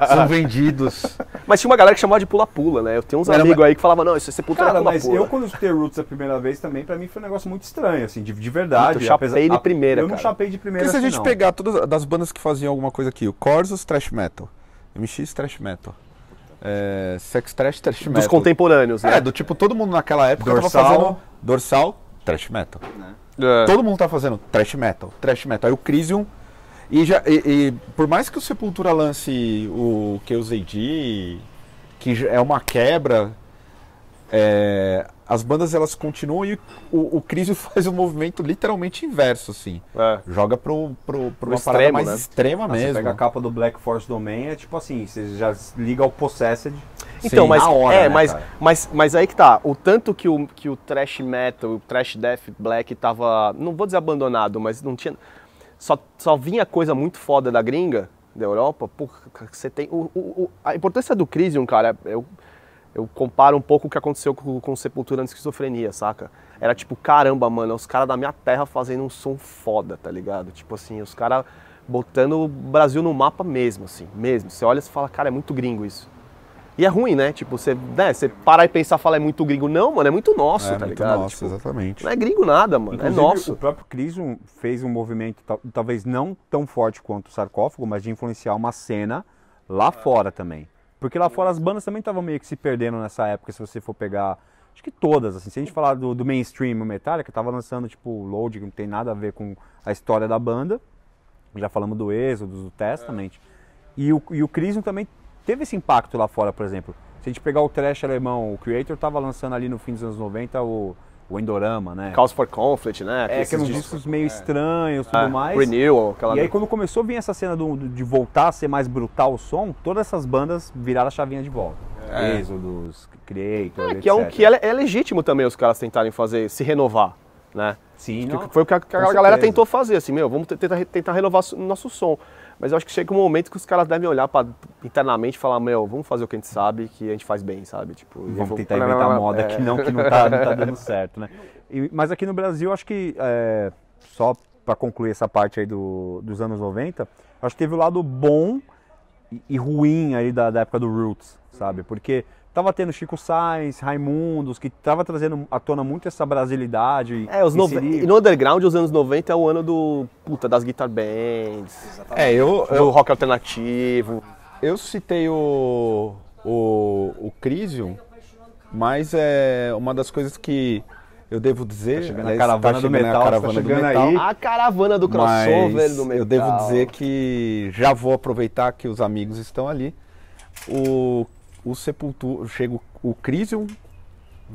S2: assim, São vendidos.
S3: Mas tinha uma galera que chamava de pula-pula, né? Eu tenho uns
S2: Era,
S3: amigos aí que falavam, não, isso é sepultura
S4: Cara, mas
S3: pula-pula.
S4: eu quando escutei Roots a primeira vez também, pra mim foi um negócio muito estranho, assim, de, de verdade.
S3: Eu chapei de
S4: a-
S3: primeira,
S4: Eu não
S3: cara.
S4: chapei de primeira,
S2: Porque se a
S4: assim,
S2: gente
S4: não.
S2: pegar todas das bandas que faziam alguma coisa aqui, o Corsos Trash Metal, MX Trash Metal, é, Sex Trash Trash Metal.
S3: Dos contemporâneos, né?
S2: É, do tipo, todo mundo naquela época
S4: Dorsal.
S2: tava fazendo Dorsal, Trash Metal.
S3: É.
S2: Todo mundo tá fazendo Trash Metal, Trash Metal. Aí o Crisium... E, já, e, e por mais que o Sepultura lance o que eu usei de que já é uma quebra, é, as bandas elas continuam e o, o Crisium faz um movimento literalmente inverso, assim
S3: É.
S2: joga pro, pro, pro
S3: Pro
S2: uma parada
S3: extremo,
S2: mais
S3: né?
S2: extrema
S4: Ah, Você
S2: mesmo.
S4: pega a capa do Black Force Domain, é tipo assim, você já liga ao Possessed.
S3: Então,
S2: Sim,
S3: mas,
S2: na hora,
S3: é,
S2: né,
S3: mas,
S2: cara?
S3: mas, mas aí que tá. O tanto que o, que o trash metal, o trash death black tava, não vou dizer abandonado, mas não tinha. Só, só vinha coisa muito foda da gringa, da Europa. Porra, cara, você tem. o- o- o- a importância do Crisium, cara, eu, eu comparo um pouco o que aconteceu com, com Sepultura na esquizofrenia, saca? Era tipo, caramba, mano, os caras da minha terra fazendo um som foda, tá ligado? Tipo assim, os caras botando o Brasil no mapa mesmo, assim, mesmo. Você olha e você fala, cara, é muito gringo isso. E é ruim, né? Tipo, você, né, você parar e pensar, falar é muito gringo. Não, mano, é muito nosso,
S2: é,
S3: tá
S2: muito
S3: ligado?
S2: nosso,
S3: Tipo,
S2: exatamente.
S3: não é gringo nada, mano.
S4: Inclusive,
S3: é nosso.
S4: O próprio Cris um- fez um movimento, tal- talvez não tão forte quanto o sarcófago, mas de influenciar uma cena lá fora também. Porque lá fora as bandas também estavam meio que se perdendo nessa época, se você for pegar. Acho que todas, assim. Se a gente falar do, do mainstream, o Metallica tava lançando, tipo, Load, que não tem nada a ver com a história da banda. Já falamos do Êxodo, do Testament. E o, e o Crisium também teve esse impacto lá fora, por exemplo. Se a gente pegar o trash alemão, o Creator tava lançando ali no fim dos anos 90 o, o Endorama, né?
S3: Calls for Conflict, né?
S4: É,
S3: Aqueles
S4: que eram
S3: discos-
S4: discos meio estranhos e tudo
S3: Ah,
S4: mais.
S3: Renewal, aquela.
S4: E aí quando começou a vir essa cena do- do- de voltar a ser mais brutal o som, todas essas bandas viraram a chavinha de volta.
S2: É.
S4: Êxodos, Creator,
S3: É, que é um
S4: etc.
S3: que é, é legítimo também os caras tentarem fazer, se renovar, né?
S4: Sim,
S3: Que
S4: não.
S3: foi o que a, que a
S4: com
S3: galera
S4: certeza.
S3: tentou fazer, assim, meu, vamos te- tentar, tentar renovar o nosso som. Mas eu acho que chega um momento que os caras devem olhar pra, internamente e falar, meu, vamos fazer o que a gente sabe, que a gente faz bem, sabe? Tipo, e
S4: Vamos tentar inventar moda
S3: É.
S4: que não, que não tá, não tá dando certo, né? E- mas aqui no Brasil, acho que é, só para concluir essa parte aí do- dos anos 90, acho que teve o lado bom e, e ruim aí da, da época do Roots, sabe? Porque tava tendo Chico Sainz, Raimundos, que tava trazendo à tona muito essa brasilidade. e-
S3: É, os
S4: e
S3: nove-
S4: seria-
S3: e no underground, os anos 90 é o ano do, puta, das guitar bands,
S2: É, eu, eu,
S3: do rock alternativo.
S2: eu citei o, o, o Crisium, mas é uma das coisas que eu devo dizer.
S4: Tá chegando a
S2: aliás,
S4: caravana do
S2: chegando a
S4: metal,
S2: caravana
S4: tá
S2: do
S4: chegando
S2: metal,
S4: aí.
S3: A caravana Ah, do crossover,
S2: mas
S3: do metal.
S2: Eu devo dizer que já vou aproveitar que os amigos estão ali. O, o Sepultura. Chega o, o Crisium.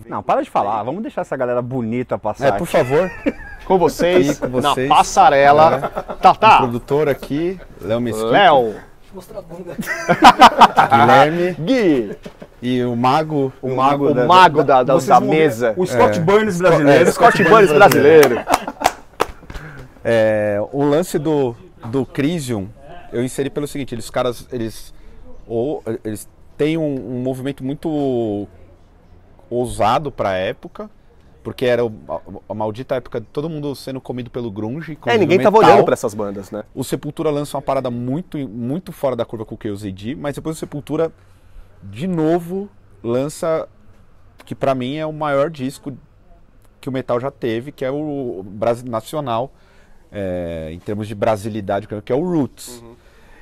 S4: Não, para de falar, vamos deixar essa galera bonita
S2: É,
S4: passar.
S2: por favor.
S3: Com vocês,
S2: Aqui com vocês.
S3: na passarela,
S4: Tá.
S2: O
S3: Tatá,
S2: produtor aqui, Léo Mesquita,
S3: Léo,
S5: Deixa eu mostrar a bunda.
S2: Guilherme.
S3: Gui,
S2: e o mago.
S3: O mago, o mago da, da,
S4: Vocês
S3: da
S4: vão ver
S3: mesa.
S4: O Scott Burns brasileiro.
S3: É, Scott Burns brasileiro.
S2: É, o lance do, do Crisium, eu inseri pelo seguinte, eles caras, eles, ou, eles têm um, um movimento muito ousado pra época, porque era o- a, a maldita época de todo mundo sendo comido pelo grunge.
S3: É,
S2: inclusive
S3: ninguém tava
S2: metal.
S3: olhando pra essas bandas, né?
S2: O Sepultura lança uma parada muito, muito fora da curva com o KOZD, mas depois o Sepultura, de novo, lança que pra mim é o maior disco que o metal já teve, que é o Brasil Nacional, é, em termos de brasilidade, que é o Roots.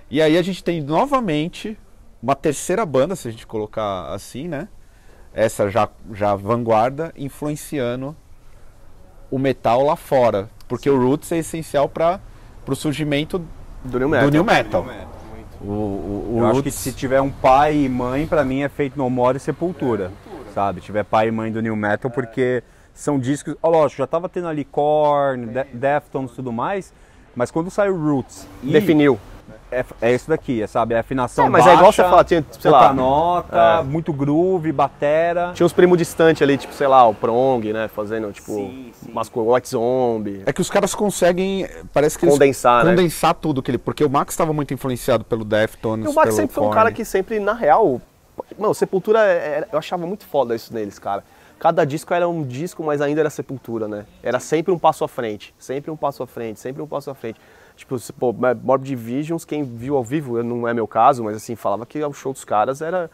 S2: E aí a gente tem novamente uma terceira banda, se a gente colocar assim, né? Essa já, já vanguarda, influenciando o metal lá fora. Porque o Roots é essencial para o surgimento
S3: Do New É, um Metal.
S2: do New Metal. O, o, o
S4: Eu acho que
S2: Roots-
S4: se tiver um pai e mãe, pra mim é feito no More e
S2: É,
S4: Sepultura. sabe? Tiver pai e mãe do New Metal, porque são discos. Ó, lógico, já tava tendo ali Korn, De- Deftones e tudo mais. Mas quando saiu Roots. e-
S3: Definiu.
S4: É, é isso daqui, é, sabe? É afinação.
S3: É, mas é
S4: baixa,
S3: igual você fala, tinha, sei
S4: pouca
S3: lá, é.
S4: nota, muito groove, batera.
S3: Tinha uns primos distantes ali, tipo, sei lá, o Prong, né? Fazendo, tipo,
S4: Sim, sim.
S3: umas co- White Zombie.
S2: É que os caras conseguem, parece que eles
S3: condensar, né?
S2: condensar tudo aquele, porque o Max estava muito influenciado pelo Deftones,
S3: E o Max
S2: pelo
S3: sempre foi um
S2: Korn.
S3: cara que sempre, na real, mano, Sepultura, é- é- eu achava muito foda isso neles, cara. Cada disco era um disco, mas ainda era Sepultura, né? Era sempre um passo à frente, sempre um passo à frente, sempre um passo à frente. Tipo, se- pô, Ma- Morbid Visions, quem viu ao vivo, eu- não é meu caso, mas assim, falava que o show dos caras era...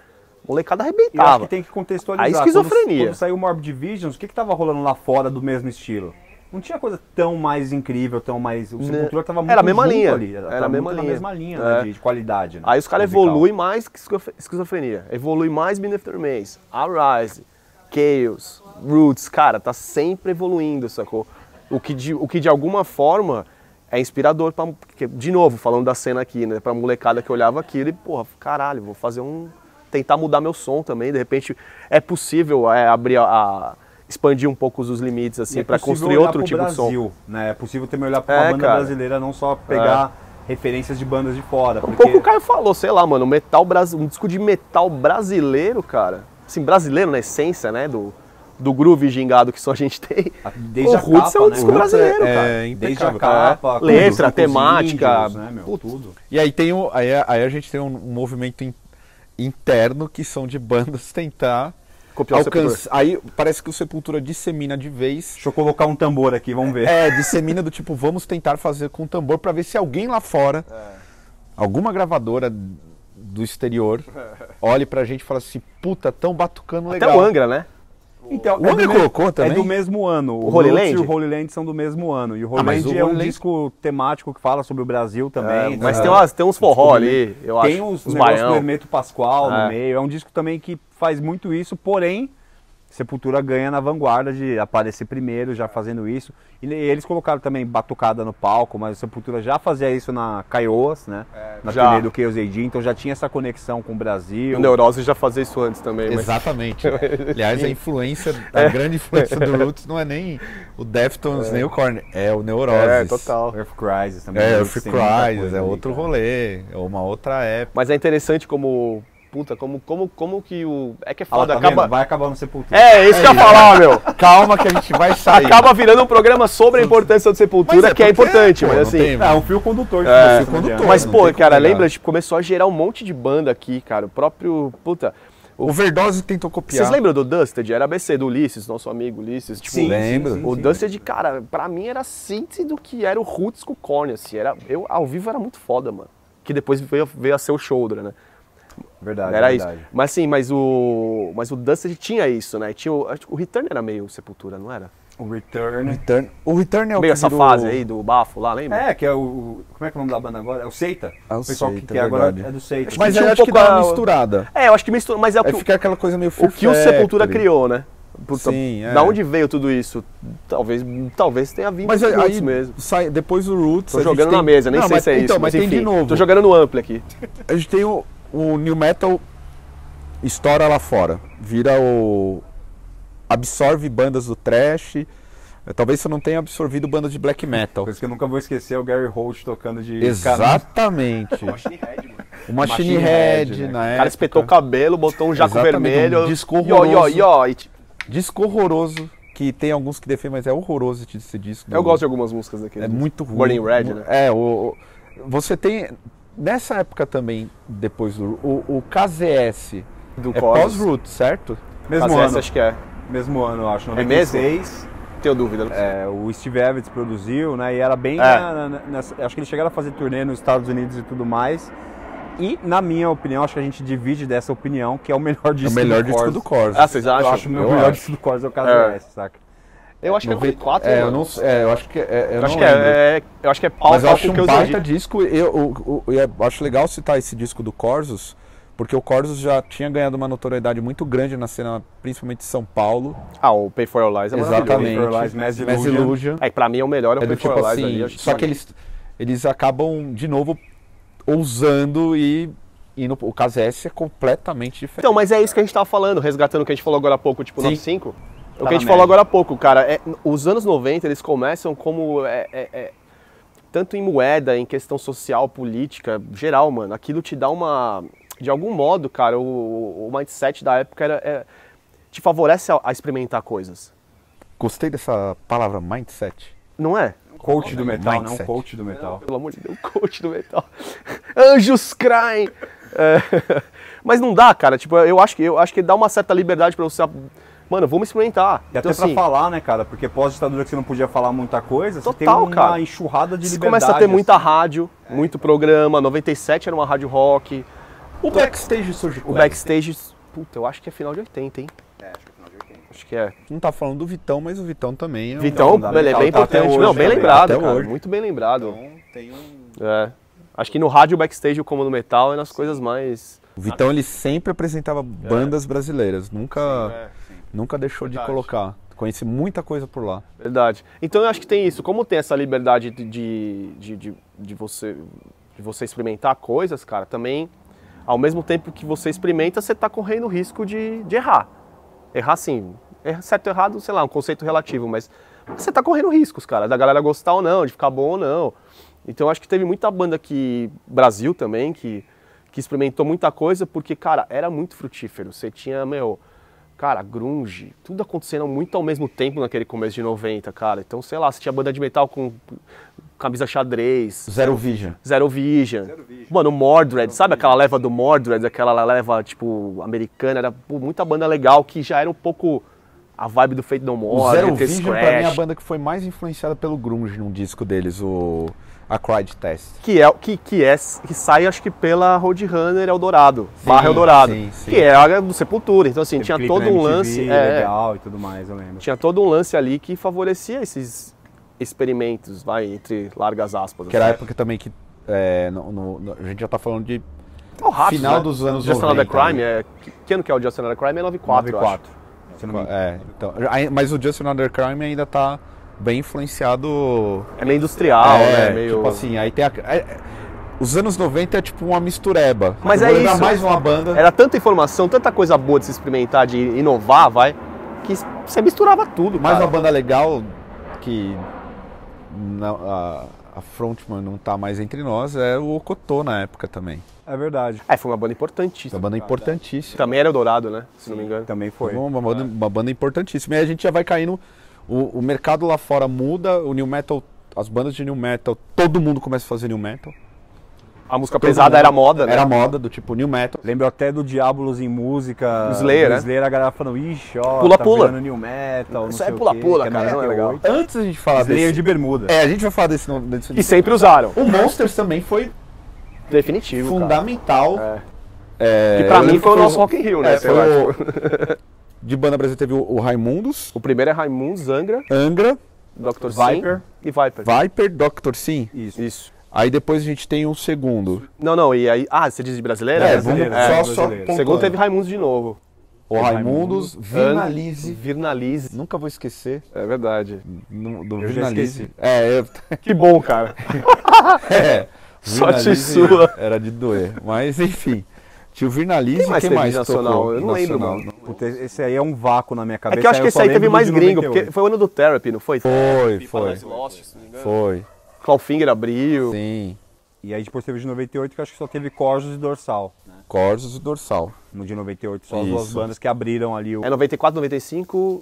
S3: Molecada
S4: E eu acho
S3: arrebentava.
S4: que tem que contextualizar.
S3: A esquizofrenia.
S4: Quando, quando saiu o Morbid Divisions, o que, que tava rolando lá fora do mesmo estilo? Não tinha coisa tão mais incrível, tão mais. O Sepultura tava muito
S3: Né. Era a mesma
S4: junto
S3: linha.
S4: ali.
S3: Era
S4: tava
S3: a mesma
S4: muito
S3: linha.
S4: na mesma linha né,
S3: É.
S4: de, de qualidade. né,
S3: Aí os caras
S4: musical.
S3: evoluem mais que esquizo- esquizofrenia. Evolui mais Beneath the Maze, Arise, Chaos, Roots. Cara, tá sempre evoluindo, sacou? O que de, o que de alguma forma é inspirador pra. porque, de novo, falando da cena aqui, né? Pra molecada que olhava aquilo e, porra, caralho, vou fazer um. Tentar mudar meu som também. De repente, é possível é, abrir a. a- expandir um pouco os limites,
S4: E
S3: assim,
S4: é
S3: pra
S4: possível
S3: construir
S4: olhar
S3: outro
S4: pro
S3: tipo de som.
S4: Brasil, Né? É possível também olhar para uma
S3: É,
S4: banda
S3: cara. É.
S4: brasileira, não só pegar referências de bandas de fora.
S3: Um
S4: porque-
S3: pouco o Caio falou, sei lá, mano, metal brasi- um disco de metal brasileiro, cara. Assim, brasileiro na essência, né? Do, do groove gingado que só a gente tem.
S4: a- Desde
S3: o
S4: a
S3: Roots
S4: capa,
S3: é um
S4: né?
S3: disco brasileiro,
S2: é,
S3: cara. É.
S2: é
S4: Desde a
S2: impecável.
S4: capa, com
S3: Letra,
S4: os grupos
S3: temática,
S4: índios, né, meu?
S3: putz.
S4: Tudo.
S2: E aí tem o, aí, a- aí a gente tem um movimento in- interno que são de bandas tentar
S3: Copiar o Sepultura.
S2: alcançar. Aí parece que o Sepultura dissemina de vez.
S4: Deixa eu colocar um tambor aqui, vamos ver.
S2: É, dissemina do tipo, vamos tentar fazer com tambor pra ver se alguém lá fora,
S3: É.
S2: alguma gravadora do exterior, olhe pra gente e fala assim, puta, tão batucando
S3: Até
S2: legal.
S3: o Angra, né?
S4: Então,
S2: O homem
S4: do
S2: colocou
S4: mesmo-
S2: também?
S4: É do mesmo ano. O,
S3: Holy
S4: Roots
S3: Land?
S4: e o Holy Land são do mesmo ano. E o Holy
S2: Ah, mas
S4: Land
S2: o
S4: é um
S2: Holy Land- É,
S4: disco temático que fala sobre o Brasil também.
S3: É, mas
S4: né?
S3: tem, umas, tem uns forró ali, eu
S4: Tem
S3: acho.
S4: os,
S3: uns
S4: negócios do
S3: baião.
S4: Hermeto Pascoal
S3: É.
S4: no meio. É um disco também que faz muito isso, porém, Sepultura ganha na vanguarda de aparecer primeiro, já fazendo isso. E ne- eles colocaram também batucada no palco, mas o Sepultura já fazia isso na Caioas, né?
S2: É,
S4: na
S3: já.
S4: turnê do Chaos AD, então já tinha essa conexão com o Brasil.
S3: O Neurose já fazia isso antes também, mas assim, é.
S2: Exatamente. Aliás, a influência, a grande influência do Roots não é nem o Deftones, nem o Korn, é o Neurosis.
S3: É, total.
S4: Earth Crisis também.
S2: É,
S4: eles
S2: Free
S4: têm muita
S2: Crisis,
S4: coisa
S2: é
S4: ali,
S2: outro
S4: cara.
S2: rolê, é uma outra época.
S3: Mas é interessante como. Puta, como, como, como que o. É que é
S4: Fala,
S3: foda,
S4: tá vendo?
S3: acaba.
S4: Vai acabar no Sepultura.
S3: É, isso que eu ia falar, meu.
S2: Calma que a gente vai sair.
S3: Acaba virando um programa sobre a importância do Sepultura,
S2: Mas é
S3: que é
S2: porque,
S3: importante,
S2: pô,
S3: mas
S2: não
S3: assim.
S2: tem-
S4: É, um fio condutor. de
S3: É,
S4: tudo isso, não
S2: fio condutor.
S4: adianta.
S3: Mas,
S2: não
S3: pô,
S2: tem
S3: cara,
S2: como negar.
S3: lembra? Tipo, começou a gerar um monte de banda aqui, cara. O próprio. Puta.
S2: O Verdose tentou copiar.
S3: Vocês lembram do Dusted? Era ABC do Ulisses, nosso amigo Ulisses. Tipo,
S4: Sim,
S2: Lembro.
S4: sim, sim,
S3: O
S4: sim.
S3: Dusted, cara, pra mim era a síntese do que era o Roots com o Korn, assim. Era, eu, ao vivo era muito foda, mano. Que depois veio, veio a ser o Shoulder, né?
S4: Verdade,
S3: era
S4: Ah, é verdade.
S3: isso. Mas sim, mas o. Mas o Dusted tinha isso, né? Tinha o, acho que o Return era meio sepultura, não era?
S4: O Return.
S2: Return- O Return é o
S3: meio
S2: que
S3: essa
S2: virou-
S3: fase aí do bafo lá, lembra?
S4: É, que é o. Como é que é o nome da banda agora? É o Seita?
S2: É o
S4: pessoal
S2: Seita,
S4: que quer agora
S2: verdade.
S4: é do Seita.
S2: Mas
S3: Tinha
S2: aí
S3: um
S2: eu acho que
S3: pouco
S2: dá
S3: a-
S2: uma misturada.
S3: É, eu acho que mistura, mas é o
S2: Aí
S3: que,
S2: fica aquela coisa meio
S3: o que o
S2: Fear
S3: Sepultura
S2: Factory.
S3: criou, né? Puta,
S2: Sim, é.
S3: Da onde veio tudo isso? Talvez, talvez tenha vindo
S2: Mas
S3: do
S2: aí,
S3: Roots
S2: aí
S3: mesmo.
S2: sai- depois o Roots...
S3: Tô
S2: a gente
S3: jogando
S2: tem-
S3: na mesa, nem
S2: Não,
S3: sei
S2: mas-
S3: se é isso.
S2: Então, mas
S3: enfim,
S2: tem de novo.
S3: Tô jogando no ampli aqui.
S2: a gente tem o, o New Metal estoura lá fora. Vira o. absorve bandas do trash. Eh, Talvez você não tenha absorvido bandas de black metal.
S4: Coisa que eu nunca vou esquecer é o Gary Holt tocando de.
S2: Exatamente. Uma Machine, Head, né? na
S3: O
S2: época.
S3: cara espetou o cabelo, botou um jaco
S2: É, tá. Exatamente,
S3: vermelho.
S2: um disco
S3: Ió, ió,
S2: horroroso.
S3: ió, e tipo,
S2: Disco horroroso, que tem alguns que defendem, mas é horroroso esse esse disco.
S3: Eu
S2: do-
S3: gosto de algumas músicas daquele.
S2: Uhum. É muito ruim.
S3: Burning Red, né?
S2: É, o, o- você tem. Nessa época também, depois do. O, o KZS
S3: Do
S2: é
S3: Corsos.
S2: pós-Root, certo?
S4: Mesmo
S3: Mas essa
S4: ano,
S3: acho que é.
S4: mesmo ano, eu acho.
S3: É mesmo?
S4: 96,
S3: Tenho dúvida.
S4: é, o Steve Evans produziu, né? E era bem.
S3: É.
S4: na- na- na- nessa- acho que eles chegaram a fazer turnê nos Estados Unidos e tudo mais. E, na minha opinião, acho que a gente divide dessa opinião, que é o melhor
S2: É o
S4: disco
S2: melhor
S4: do
S2: disco
S4: Corsos.
S2: do Corsos.
S3: Ah, vocês
S4: Eu
S3: acham?
S4: acho o meu
S2: Eu
S4: melhor
S2: acho.
S4: disco do Corsos é o caso
S3: É.
S4: S, saca?
S3: Eu acho que é 94,
S2: é,
S3: mano.
S2: eu não sei- é, eu acho que é. Eu
S3: Eu acho
S2: não
S3: que
S2: lembro.
S3: é, é- Eu acho que é pau
S2: Mas eu
S3: pau
S2: acho
S3: com o que
S2: um
S3: eu
S2: baita
S3: usei.
S2: disco. Eu, o- o- e é- acho legal citar esse disco do Corsos, porque o Corsos já tinha ganhado uma notoriedade muito grande na cena, principalmente de São Paulo.
S3: Ah, o Pay for Your Lies é maravilhoso.
S2: Exatamente.
S4: Paper Lies, Mass
S2: Mass
S4: Illusion.
S2: Illusion.
S3: É, pra mim é o melhor, é o
S2: É
S3: Pay
S2: do
S3: for
S2: tipo
S3: Your Lies
S2: assim,
S3: ali. acho é
S2: só que eles, eles acabam, de novo, ousando e indo. O KZS é completamente diferente.
S3: Então, mas é isso que a gente tava falando, resgatando o que a gente falou agora há pouco, tipo,
S2: Sim.
S3: 95. O
S4: Tá
S3: que a
S4: na
S3: gente falou
S4: média.
S3: agora há pouco, cara, é- os anos 90 eles começam como. é- é- é- tanto em moeda, em questão social, política, geral, mano. Aquilo te dá uma. De algum modo, cara, o, o mindset da época era, é- te favorece a, a experimentar coisas.
S2: Gostei dessa palavra mindset.
S3: Não é?
S4: Coach do metal, não
S2: Mindset.
S4: coach do metal.
S3: Pelo amor de Deus, um coach do metal. Anjos Crying! É. Mas não dá, cara. Tipo, eu acho que eu acho que dá uma certa liberdade pra você. Mano, vamos experimentar.
S4: E até
S3: Então, assim,
S4: pra falar, né, cara? Porque pós-ditadura que você não podia falar muita coisa, você tem
S3: Total,
S4: uma
S3: cara.
S4: enxurrada de
S3: Você
S4: liberdade.
S3: começa a ter muita
S4: assim.
S3: rádio, muito programa. 97 era uma rádio rock.
S2: O backstage surge
S3: O backstage. Puta, eu acho que é final de 80, hein? É, acho que é final de 80. Acho que é.
S2: Não tá falando do Vitão, mas o Vitão também é um-
S3: Vitão,
S4: não dá,
S3: ele é
S4: tá-
S3: bem
S4: tá
S3: importante.
S4: até hoje,
S3: Não, bem
S4: né?
S3: lembrado,
S2: Até
S3: cara.
S2: hoje.
S3: Muito bem lembrado.
S1: Então tem um.
S3: É. Acho que no rádio, o backstage, como no metal, é nas coisas mais.
S2: O Vitão ele sempre apresentava bandas brasileiras, nunca,
S1: é,
S2: nunca deixou
S1: Verdade.
S2: de colocar. Conheci muita coisa por lá.
S3: Verdade. Então eu acho que tem isso. Como tem essa liberdade de, de, de, de- de você, de você experimentar coisas, cara, também, ao mesmo tempo que você experimenta, você tá correndo o risco de, de errar. Errar sim. Errar- Certo ou errado, sei lá, um conceito relativo, mas você tá correndo riscos, cara, da galera gostar ou não, de ficar bom ou não. Então eu acho que teve muita banda que. Brasil também, que, que experimentou muita coisa, porque, cara, era muito frutífero. Você tinha, meu cara, grunge, tudo acontecendo muito ao mesmo tempo naquele começo de 90, cara. Então, sei lá, se tinha banda de metal com camisa xadrez,
S2: Zero Vision.
S3: Zero Vision. Mano, Mordred, sabe aquela leva do Mordred, aquela leva, tipo, americana, era pô, muita banda legal que já era um pouco a vibe do Fate No
S2: O
S3: More,
S2: Zero
S3: do The
S2: Vision pra mim é a
S3: Scratch,
S2: banda que foi mais influenciada pelo grunge num disco deles, o Acride Test.
S3: que é que que é que sai acho que pela Roadrunner Eldorado, barra Eldorado,
S2: sim, sim.
S3: que é a do Sepultura. Então assim,
S4: Teve
S3: tinha
S4: clipe né,
S3: todo
S4: na
S3: um
S4: MTV,
S3: lance, é,
S4: legal e tudo mais, eu lembro.
S3: tinha todo um lance ali que favorecia esses experimentos, vai, entre largas aspas.
S2: Que era a
S3: assim.
S2: época também que. é, no- no- no- a gente já tá falando de
S3: É o Ratos,
S2: final
S3: né?
S2: dos anos
S3: Just Another
S2: 90,
S3: Crime, é... que- que ano que é o Just Another Crime? É 94, 94.
S4: 94. Se não me engano.
S2: É, então, ai- mas o Just Another Crime ainda tá bem influenciado.
S3: É meio industrial, né? Meio...
S2: Tipo assim, aí tem a- é- é- os anos 90 é tipo uma mistureba.
S3: Mas
S2: Eu
S3: é
S2: vou lembrar
S3: isso.
S2: mais uma banda.
S3: Era tanta informação, tanta coisa boa de se experimentar, de inovar, vai, que você misturava tudo,
S2: mais
S3: cara.
S2: uma banda legal que não- a, a frontman não tá mais entre nós é o Ocotô na época também.
S4: É verdade.
S3: É, foi uma banda
S2: Uma
S3: importantíssima.
S2: banda Então, importantíssima.
S3: Também era Eldorado, né? Se não me engano.
S4: Também foi.
S2: Uma, uma
S3: É.
S2: banda, uma banda importantíssima. E a gente já vai caindo. O, o mercado lá fora muda, o new metal, as bandas de new metal, todo mundo começa a fazer new metal.
S3: A música
S2: Todo
S3: pesada
S2: mundo.
S3: era moda, né?
S2: Era moda, do tipo new metal.
S4: Lembro até do Diabolos em música.
S3: Do Slayer,
S4: do
S3: né?
S4: Slayer, a galera falando, ixi, ó,
S3: Pula,
S4: tá
S3: pula.
S4: virando new metal, não
S3: Isso
S4: sei
S3: é
S4: o
S3: pula-pula,
S4: quê, que
S3: cara, não é legal.
S4: 98.
S2: Antes a gente falar
S4: Slayer
S2: desse...
S4: de bermuda.
S2: É, a gente vai falar desse nome. Desse...
S3: E sempre usaram.
S2: O Monsters também foi
S3: Definitivo, cara.
S2: fundamental.
S3: É.
S2: É,
S3: Que
S2: eu
S3: pra mim
S2: lembro
S3: foi o
S2: que
S3: nosso Rock in Rio, né?
S2: É,
S3: sei
S2: foi
S3: lá,
S2: o-
S3: tipo.
S2: De banda brasileira teve o, o Raimundos,
S3: O primeiro é Raimundo, Zangra,
S2: Angra,
S3: Dr.
S4: Viper.
S3: Sim e Viper.
S2: Viper, Dr. Sim.
S4: Isso.
S3: Isso.
S2: Aí depois a gente tem um segundo.
S3: Não, não, e aí. Ah, você diz de brasileira?
S2: É,
S3: Brasileira.
S2: vamos
S4: é, brasileiro.
S2: só, só
S4: Segundo
S2: pontuando. Um
S3: Segundo teve Raimundos de novo.
S2: o Raimundos, Vinalize.
S3: Virnalize.
S2: Nunca vou esquecer
S3: É verdade.
S2: no- do
S4: Eu já
S2: Vinalize. É, eu,
S3: Que bom, cara.
S2: é.
S3: Sorte
S2: Vinalize
S3: sua.
S2: Era de doer. Mas enfim. Tinha o Vinalize,
S3: Quem mais
S2: quem
S3: teve
S2: mais
S3: nacional?
S2: tocou?
S3: Eu não lembro, mano.
S4: Puta, esse aí é um vácuo na minha
S3: É
S4: cabeça.
S3: que eu acho que esse
S4: só
S3: aí teve
S4: lembro
S3: mais
S4: de
S3: gringo,
S4: 98.
S3: porque foi o ano do Therapy, não foi?
S2: Foi, foi,
S3: Lost, se não me engano.
S2: foi,
S3: Clawfinger abriu.
S2: sim.
S4: E aí depois teve o de 98, que eu acho que só teve Corsos e Dorsal.
S2: Corsos e Dorsal.
S4: No de 98, só as duas
S2: Isso.
S4: bandas que abriram ali o...
S3: É 94, 95,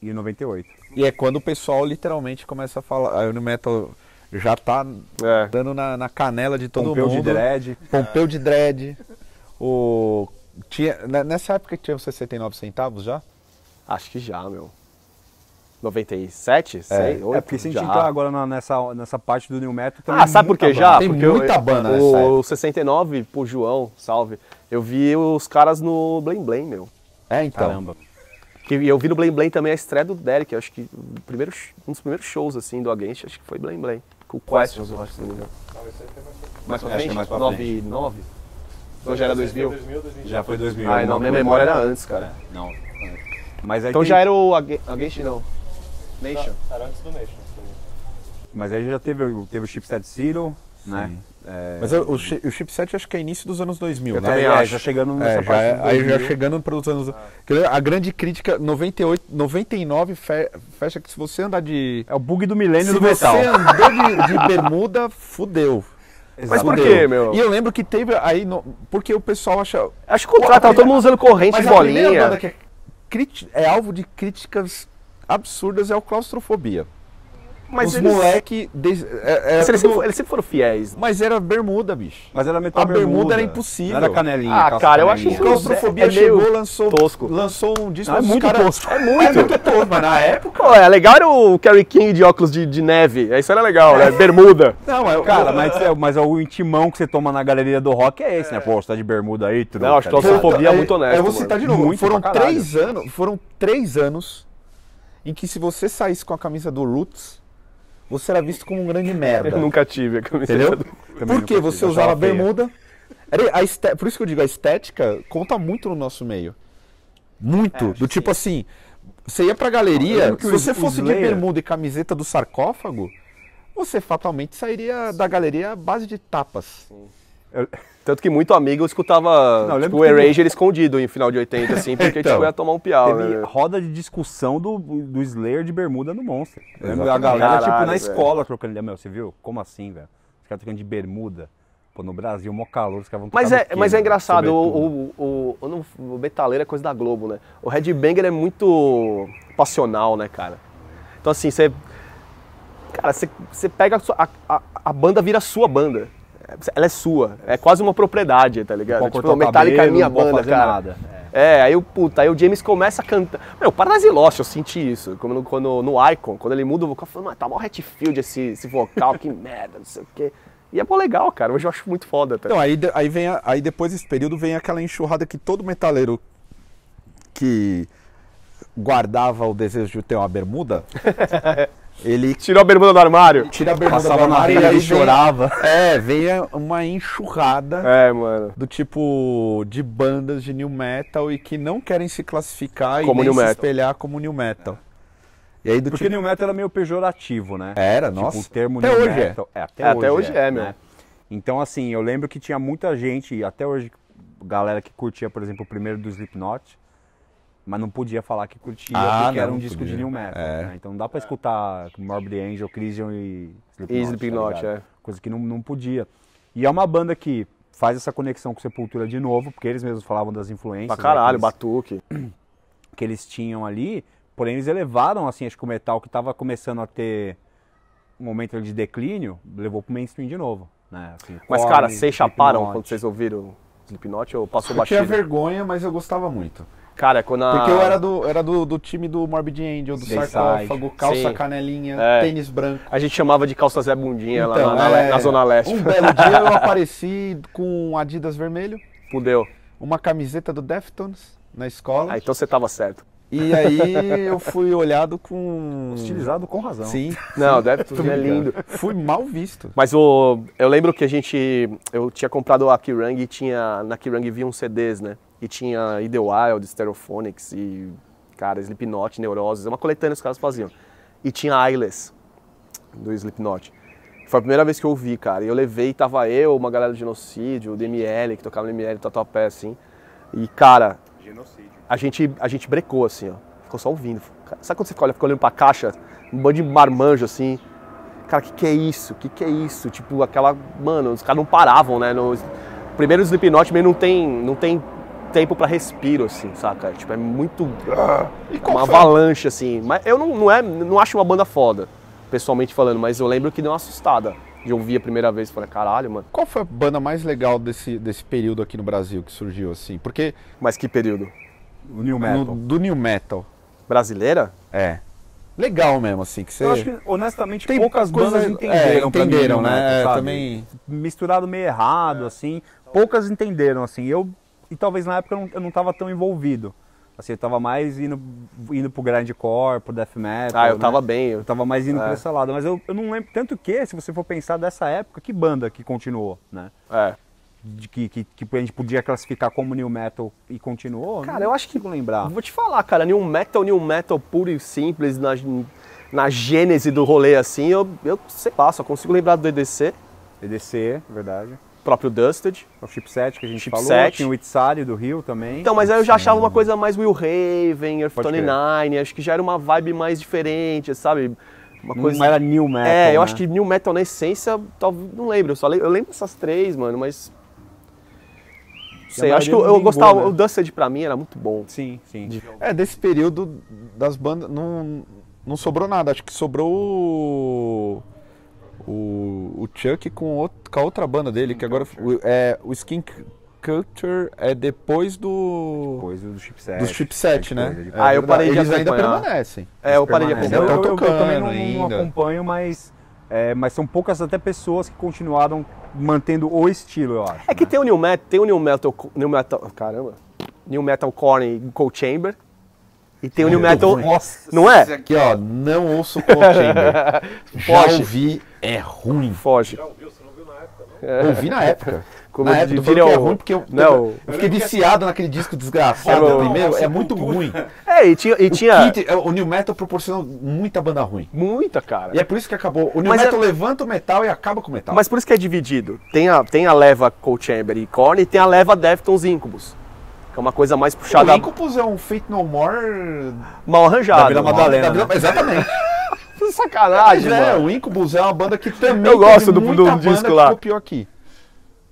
S4: e o 98.
S2: E é quando o pessoal literalmente começa a falar. A Unimetal já tá
S3: É.
S2: dando na, na canela de todo
S4: Pompeu de
S2: mundo.
S4: Dread.
S2: Pompeu de dread. O... Tinha, ne- nessa época tinha os 69 centavos já?
S3: acho que já, meu. 97, 6, 8,
S4: é porque se a gente
S3: já.
S4: entrar agora na- nessa, nessa parte do New Metal também.
S3: Ah, sabe por que
S4: muita
S3: já?
S4: banda.
S2: Tem
S3: Porque eu-
S2: muita banda nessa
S3: O,
S2: época.
S3: 69, pro João, salve. Eu vi os caras no Blame Blame, meu.
S2: É, então.
S4: Caramba.
S3: Que- E eu vi no Blame Blame também a estreia do Derek, eu acho que o primeiro, sh- um dos primeiros shows assim do Against, acho que foi Blame Blame. Com o Questions, eu acho, se não me engano. Mais pra
S4: Acho que é
S3: frente?
S4: mais pra
S3: 9, 9? Então já era 2000?
S1: 2000, 2000.
S4: Já foi 2000.
S3: Ah, não, minha memória era antes, cara.
S4: Não. Mas aí,
S3: Então
S4: tem-
S3: já era o Aga- Against, não. Nation.
S1: Era antes do Nation. assim.
S4: mas aí já teve, o- teve o Chipset Zero, né? É,
S2: Mas eu- o, chi- o chipset acho que é início dos anos 2000, né?
S3: também
S4: é,
S3: acho.
S4: já chegando
S2: É,
S4: nessa
S2: já
S4: parte
S2: é-
S4: do
S2: aí já
S4: 2000.
S2: chegando para os anos. Quer dizer, A grande crítica, 98, 99 fe- fecha que se você andar de.
S4: É o bug do milênio
S2: Se
S4: do
S2: você
S4: metal.
S2: andou de, de bermuda, fudeu.
S3: Mas por
S2: Fudeu.
S3: quê, meu?
S2: E eu lembro que teve aí. no- porque o pessoal acha.
S3: Acho que o contrato, tava todo mundo usando corrente
S2: Mas
S3: de
S2: a primeira banda
S3: bolinha.
S2: que é, criti- é alvo de críticas absurdas é o claustrofobia.
S3: Mas
S2: Os
S3: eles,
S2: moleque. des- é- é
S3: eles, sempre,
S2: tudo-
S3: fo- eles sempre foram fiéis.
S2: Mas era bermuda, bicho.
S4: Mas era metal
S2: A bermuda era
S4: Não
S2: impossível.
S4: Era canelinha.
S3: Ah,
S4: calça
S3: cara, eu
S4: canelinha.
S3: acho
S2: O claustrofobia
S3: É meio
S2: chegou, lançou,
S3: tosco.
S2: lançou um disco.
S4: Não, é
S2: os
S4: muito
S2: cara-
S4: tosco.
S2: É muito, tosco, mas na época.
S3: Pô, é legal era o Kerry King de óculos de, de neve. Isso era legal, né? Bermuda.
S2: Não, é,
S4: Cara, mas, é- mas é o intimão que você toma na galeria do rock é esse, né? Pô, você tá de bermuda aí, truta.
S3: Não, acho que
S4: Então,
S3: claustrofobia é muito honesto,
S2: Eu vou citar
S3: mano.
S2: de novo.
S4: Muito
S2: foram
S4: pra caralho.
S2: três anos. Foram três anos em que se você saísse com a camisa do Roots, você era visto como um grande merda.
S3: Eu nunca tive a camiseta.
S2: Entendeu?
S3: do-
S4: Também
S2: Porque
S4: nunca
S2: você
S4: tive,
S2: usava
S4: achava feia.
S2: bermuda. Era a este- Por isso que eu digo, a estética conta muito no nosso meio. Muito. do tipo assim, você ia
S4: É,
S2: pra
S4: Eu
S2: galeria,
S4: lembro que
S2: se
S4: o-
S2: você
S4: o
S2: fosse de
S4: Slayer-
S2: bermuda e camiseta do sarcófago, você fatalmente sairia da galeria à base de tapas.
S3: Tanto que muito amigo eu escutava
S4: Não, eu
S3: tipo,
S4: lembro
S3: o
S4: que teve-
S3: Erasure escondido em final de 80, assim, porque
S2: Então.
S3: tipo, ia tomar um piau,
S4: Teve
S3: né?
S4: roda de discussão do, do Slayer de bermuda no Monster. Eu lembro
S2: Exatamente.
S4: A galera,
S3: Caralho,
S4: tipo, na
S3: velho.
S4: escola trocando ideia. Meu, você viu? Como assim, velho? Os caras trocando de bermuda. Pô, no Brasil, mó calor, os caras vão
S3: Mas
S4: tocar
S3: é,
S4: biquíni,
S3: mas é
S4: né?
S3: engraçado,
S4: Sobretudo.
S3: o, o, o, o, não- o metaleiro é coisa da Globo, né? O headbanger é muito passional, né, cara? Então assim, você. Cara, você, você pega a, sua- a, a, a banda vira sua banda. Ela é sua. É quase uma propriedade, tá ligado?
S4: Pode
S3: Tipo,
S4: cortar
S3: o
S4: o
S3: Metallica é
S4: cabelo,
S3: minha
S4: não pode
S3: banda,
S4: fazer
S3: cara.
S4: nada.
S3: É, aí o puta, aí o James começa a cantar. Meu, Paradise Lost, eu senti isso. Como no, quando, no Icon, quando ele muda o vocal, eu falo, "Mano, tá mó Hatfield esse, esse vocal, que merda, não sei o quê. E é mó legal, cara. Hoje eu acho muito foda, tá?
S2: Então, aí, de- aí, vem a- aí depois desse período vem aquela enxurrada que todo metaleiro que guardava o desejo de ter uma bermuda, ele
S3: Tirou a bermuda do armário?
S2: tira a bermuda
S4: Passava
S2: do
S4: na
S2: armário e
S4: rede
S2: aí
S4: e
S2: vem-
S4: chorava.
S2: É, vem a- uma enxurrada
S3: É, mano.
S2: do tipo de bandas de new metal e que não querem se classificar
S3: Como
S2: e nem
S3: new
S2: se
S3: metal.
S2: espelhar como new metal. E aí do
S4: Porque
S2: tipo
S4: New Metal era meio pejorativo, né?
S2: era,
S4: Tipo,
S2: nossa.
S4: o termo
S2: até
S4: new
S2: hoje é.
S4: metal. É, até,
S3: É, até hoje é, meu.
S4: né? Então, assim, eu lembro que tinha muita gente, até hoje, galera que curtia, por exemplo, o primeiro do Slipknot, mas não podia falar que curtia,
S2: Ah,
S4: porque era
S2: não
S4: um disco
S2: podia.
S4: de new metal.
S2: É.
S4: né? Então não dá pra escutar Morbid Angel, Crision e Slipknot.
S3: E Slipknot,
S4: tá ligado?
S3: é.
S4: Coisa que não, não podia. E é uma banda que faz essa conexão com Sepultura de novo, porque eles mesmos falavam das influências.
S3: Pra
S4: né,
S3: caralho,
S4: que eles-
S3: batuque.
S4: que eles tinham ali, porém eles elevaram assim, acho que o metal que estava começando a ter um momento de declínio, levou pro mainstream de novo, né? Assim,
S3: Mas,
S4: Korn,
S3: cara, vocês chaparam
S4: Slipknot.
S3: quando vocês ouviram Slipknot ou passou
S2: Eu tinha
S3: batido?
S2: vergonha, mas eu gostava muito.
S3: Cara, é quando a...
S2: é Porque eu era do, era do, do time do Morbid Angel, do
S4: Seaside.
S2: sarcófago, calça
S3: Sim.
S2: canelinha,
S3: É.
S2: tênis branco.
S3: A gente chamava de calça Zé Bundinha lá
S2: Então,
S3: na, na le-
S2: é,
S3: na Zona Leste.
S2: Um belo dia eu apareci com um Adidas vermelho,
S3: Fudeu.
S2: uma camiseta do Deftones na escola.
S3: Ah, então você tava certo.
S2: E aí eu fui olhado com.
S4: Estilizado com razão.
S2: Sim.
S3: Não, deve tudo é
S2: Tá ligado.
S3: lindo.
S2: Fui mal visto.
S3: Mas o, eu lembro que a gente. Eu tinha comprado a Kirang e tinha. Na Kirang vinha uns CDs, né? E tinha In The Wild, Stereophonics e. Cara, Slipknot, Neuroses. É uma coletânea que os caras faziam. E tinha Eyeless, do Slipknot. Foi a primeira vez que eu ouvi, cara. E eu levei, tava eu, uma galera do Genocídio, o DML, que tocava no ML, Tatuapé, assim. E, cara, a gente, a gente brecou, assim, ó. Ficou só ouvindo. Cara, Sabe quando você fica olhando, fica olhando pra caixa? Um bando de marmanjo, assim. cara, o que, que é isso? O que, que é isso? Tipo, aquela. Mano, os caras não paravam, né? No, primeiro o Slipknot meio não tem, não tem tempo pra respiro, assim, saca? Tipo, é muito.
S1: E
S3: É uma
S1: qual foi?
S3: avalanche, assim. Mas eu não, não, é, não acho uma banda foda, pessoalmente falando, mas eu lembro que deu uma assustada de ouvir a primeira vez. Falei, caralho, mano.
S2: Qual foi a banda mais legal desse, desse período aqui no Brasil que surgiu assim? Porque
S3: Mas que período?
S4: O New Metal.
S2: no, do new metal,
S3: Brasileira?
S2: é legal mesmo assim que você
S4: Eu acho que, honestamente,
S2: Tem
S4: poucas
S2: coisas-
S4: bandas entenderam.
S2: é,
S4: pra mim,
S2: entenderam, né?
S4: Neto,
S2: É,
S4: sabe?
S2: também-
S4: Misturado meio errado, assim. Poucas entenderam, assim. Eu, e talvez na época eu não, eu não tava tão envolvido. Assim, eu tava mais indo, indo pro grindcore, pro death metal.
S3: Ah, eu
S4: né?
S3: tava bem.
S4: Eu
S3: Eu...
S4: tava mais indo
S3: É.
S4: pra esse lado. Mas eu, eu não lembro tanto que, se você for pensar dessa época, que banda que continuou, né?
S3: É.
S4: De que, que, que a gente podia classificar como new metal e continuou.
S3: Cara,
S4: não
S3: eu acho que-
S4: consigo lembrar.
S3: Vou te falar, cara, New Metal, New Metal puro e simples, na, na gênese do rolê, assim, eu, eu sei lá, só consigo lembrar do EDC,
S4: EDC, verdade. É
S3: próprio Dusted.
S4: O chipset que a gente
S3: Chipset.
S4: falou. Tinha o Itzari do Rio também.
S3: Então, mas aí eu já achava uma coisa mais Will Haven, Earth
S4: Pode crer.
S3: 29, acho que já era uma vibe mais diferente, sabe? Uma coisa.
S4: Não era new metal.
S3: é, eu
S4: né?
S3: acho que New Metal na essência, talvez, não lembro, eu só lembro, eu lembro dessas três, mano, mas. Não sei,
S4: maioria
S3: acho que eu,
S4: não
S3: eu
S4: vingou,
S3: gostava,
S4: né?
S3: o Dusted pra mim era muito bom.
S4: Sim, sim.
S2: É, desse período das bandas não, não sobrou nada. Acho que sobrou o, o, o Chuck com, out- com a outra banda dele, que agora o, é, o Skin Culture é depois do,
S4: Depois do
S3: É,
S4: chipset.
S2: do chipset, né?
S4: Depois,
S2: É
S4: depois.
S3: Ah, eu
S2: verdade.
S3: parei de
S2: Eles ainda
S3: acompanhar.
S2: permanecem.
S3: É, eu parei de
S2: Permanece.
S4: Eu,
S3: acompanhar.
S2: tão
S4: eu- eu
S2: Tá tocando
S4: também não, não
S2: ainda.
S4: acompanho, mas, é, mas são poucas até pessoas que continuaram mantendo o estilo, eu acho.
S3: É que
S4: né?
S3: tem o New Metal, tem o New Metal, New Metal, caramba, New Metal Corn e Cold Chamber, e tem o New Metal,
S2: Nossa,
S3: não é?
S2: esse aqui, ó, não ouço o Cold Chamber. Já
S3: Foge.
S2: ouvi, é ruim.
S3: foge.
S1: Não viu, você não viu na época, não?
S2: Ouvi na época.
S3: Como
S2: na
S3: eu
S2: época, eu tô
S3: diria,
S2: falando que é
S3: o-
S2: ruim porque eu,
S3: não,
S2: eu fiquei viciado naquele disco desgraçado.
S3: Era o-
S2: meu, é muito ruim.
S3: É, e tinha, e
S2: O,
S3: tinha
S2: Kid, é, o New Metal proporcionou muita banda ruim.
S3: muita, cara.
S2: E é por isso que acabou. O New
S3: Mas
S2: Metal
S3: é-
S2: levanta o metal e acaba com o metal.
S3: Mas por isso que é dividido. Tem a, tem a leva Cold Chamber e Korn e tem a leva Deftones e Incubus. Que é uma coisa mais puxada,
S2: o Incubus é um Fate No More
S3: mal arranjada.
S4: Da Vila
S3: É,
S4: Madalena,
S3: né?
S2: da- da- Exatamente. Mas
S3: Sacanagem,
S2: né? é,
S3: mano.
S2: o Incubus é uma banda que também
S3: Ah, Eu gosto
S2: teve
S3: do-
S2: muita
S3: do
S2: banda
S3: disco
S2: que
S3: lá.
S2: copiou aqui.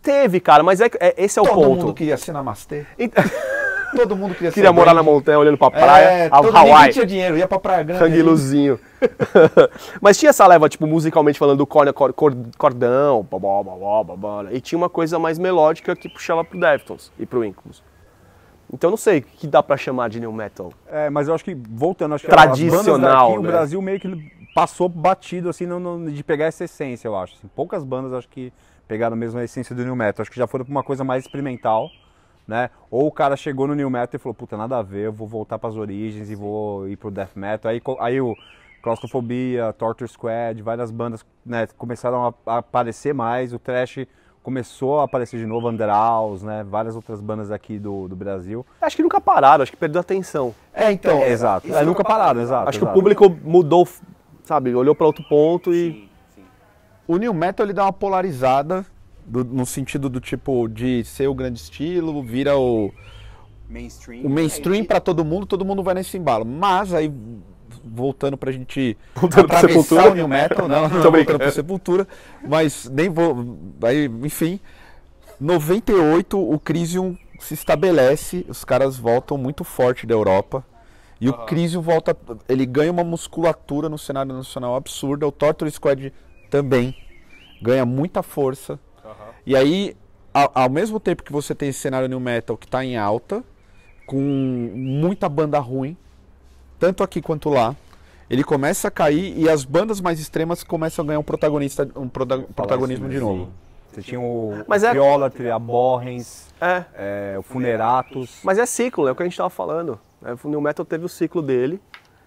S3: Teve, cara, mas é, é- esse é o
S2: Todo
S3: ponto.
S2: mundo queria ser Namastê.
S3: Então,
S2: Todo mundo queria,
S3: queria
S2: ser
S3: morar na
S2: grande.
S3: montanha olhando pra
S2: É,
S3: praia, a
S2: todo
S3: Hawaii.
S2: Ninguém tinha dinheiro, ia pra Praia Grande.
S3: Sangue luzinho. Mas tinha essa leva, tipo, musicalmente falando do corne, cor, cor, cordão, babá, babá, babá, né? e tinha uma coisa mais melódica que puxava pro Deftones e pro Incubus. Então eu não sei o que dá pra chamar de new metal.
S4: É, mas eu acho que, voltando, acho que
S3: Tradicional,
S4: as bandas daqui, o
S3: né?
S4: Brasil meio que passou batido, assim, no- no- de pegar essa essência, eu acho. assim. poucas bandas, acho que pegaram mesmo a essência do New Metal. Acho que já foram pra uma coisa mais experimental, né? Ou o cara chegou no New Metal e falou, puta, nada a ver, eu vou voltar pras origens e vou ir pro Death Metal. Aí, co- aí o Claustrofobia, Torture Squad, várias bandas né, começaram a, a aparecer mais, o Trash começou a aparecer de novo, Underhouse, né? Várias outras bandas aqui do, do Brasil.
S3: Acho que nunca pararam, acho que perdeu a atenção.
S2: É, então.
S4: exato. É, nunca pararam, exato.
S3: acho que o
S4: exato.
S3: público mudou, sabe, olhou pra outro ponto e...
S2: O New Metal ele dá uma polarizada do- no sentido do tipo de ser o grande estilo, vira o,
S4: mainstream.
S2: o mainstream pra todo mundo, todo mundo vai nesse embalo. Mas aí voltando pra gente
S3: Voltando pra
S2: atravessar
S3: Sepultura.
S2: o New Metal, não, não
S3: Tô
S2: voltando
S3: brincando.
S2: pra Sepultura, mas nem vou aí, enfim, 98 o Crisium se estabelece, os caras voltam muito forte da Europa. E o Crisium volta, ele ganha uma musculatura no cenário nacional absurda, o Torture Squad também ganha muita força. E aí, ao, ao mesmo tempo que você tem esse cenário new metal que tá em alta, com muita banda ruim, tanto aqui quanto lá, ele começa a cair e as bandas mais extremas começam a ganhar um protagonista, um prota- protagonismo de novo.
S4: né? Você tinha o
S3: Mas é-
S4: Violatry, a Borrens,
S3: É,
S4: é, o Funeratus.
S3: Mas é ciclo, é o que a gente tava falando. né? O New Metal teve o ciclo dele.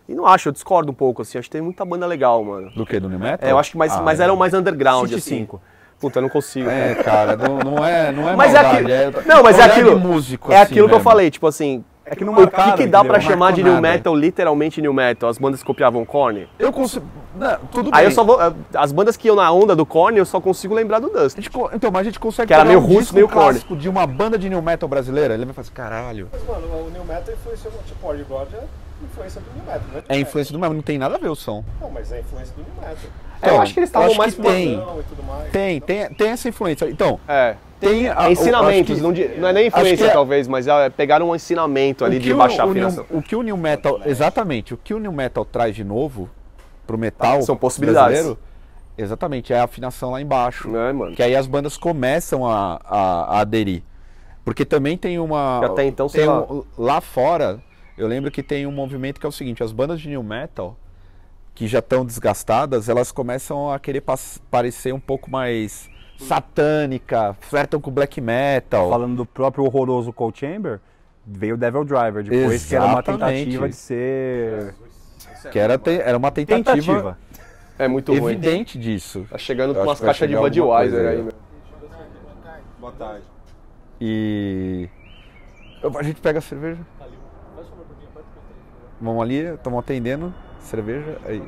S3: E não acho, eu discordo um pouco, assim. Acho que tem muita banda legal, mano.
S2: Do que? Do new metal?
S3: É, eu acho que mais,
S2: Ah,
S3: mas
S2: é.
S3: eram mais underground,
S4: City
S3: assim.
S4: cinco.
S3: Puta, eu não consigo.
S2: É, cara, não, não é, não é
S3: Mas é
S2: maldade,
S3: aquilo- não, mas é
S2: olhar de
S3: aquilo-
S2: músico,
S3: É
S2: assim
S3: aquilo que eu
S2: mesmo.
S3: falei, tipo assim.
S4: É que não
S3: o que,
S4: marcaram,
S3: que dá
S4: entendeu?
S3: pra
S2: Não
S3: chamar de
S2: marcou
S3: new
S2: nada.
S3: metal, literalmente new metal? As bandas que copiavam Korn?
S2: Eu consigo... não, tudo
S3: Aí
S2: bem.
S3: eu só vou. eh, As bandas que iam na onda do Korn, eu só consigo lembrar do
S2: A
S3: Dust.
S2: gente co- então, mas a gente consegue
S3: Que era
S2: pegar
S3: meio russo,
S2: disco
S3: meio corny.
S2: clássico de uma banda de new metal brasileira, ele vai falar assim, caralho.
S1: Mas, mano, o New Metal influenciou, tipo, o Odd God é influência do New Metal, né?
S2: É a influência do metal, não tem nada a ver o som.
S1: Não, mas é a influência do New Metal.
S2: Então,
S3: É, eu acho que eles
S2: eu
S3: estavam
S2: acho
S3: mais
S2: que tem.
S1: Não, e tudo mais.
S2: Tem, tem, tem essa influência. Então,
S3: É.
S2: tem a- Ah, eu
S3: É
S2: acho
S3: ensinamentos,
S2: que-
S3: não, di- não é nem
S2: acho que
S3: influência
S2: é-
S3: talvez, mas é pegar um ensinamento ali
S2: o que
S3: de
S2: o-
S3: baixar
S2: o,
S3: a
S2: new-
S3: afinação.
S2: o que o New Metal, exatamente, o que o New Metal traz de novo pro metal
S3: São possibilidades.
S2: brasileiro, exatamente, é a afinação lá embaixo.
S3: Né, mano?
S2: Que aí as bandas começam a, a- a aderir. Porque também tem uma.
S3: Que até então,
S2: tem
S3: sei lá.
S2: um- lá fora, eu lembro que tem um movimento que é o seguinte: as bandas de new metal, que já estão desgastadas, elas começam a querer pas- parecer um pouco mais satânica, flertam com black metal.
S4: Falando do próprio horroroso Cold Chamber, veio o Devil Driver depois, que era uma
S2: Exatamente.
S4: tentativa de ser
S2: que era, te- era uma tentativa,
S4: tentativa.
S3: É muito ruim.
S2: evidente disso.
S3: Tá chegando
S2: Eu
S3: com
S2: acho
S3: umas
S2: que vai
S3: caixas de
S2: chegar alguma
S3: Budweiser
S2: coisa aí,
S3: aí, meu.
S1: Boa tarde.
S2: E. eu- A gente pega a cerveja. Vamos ali, estamos atendendo. Cerveja. Aí.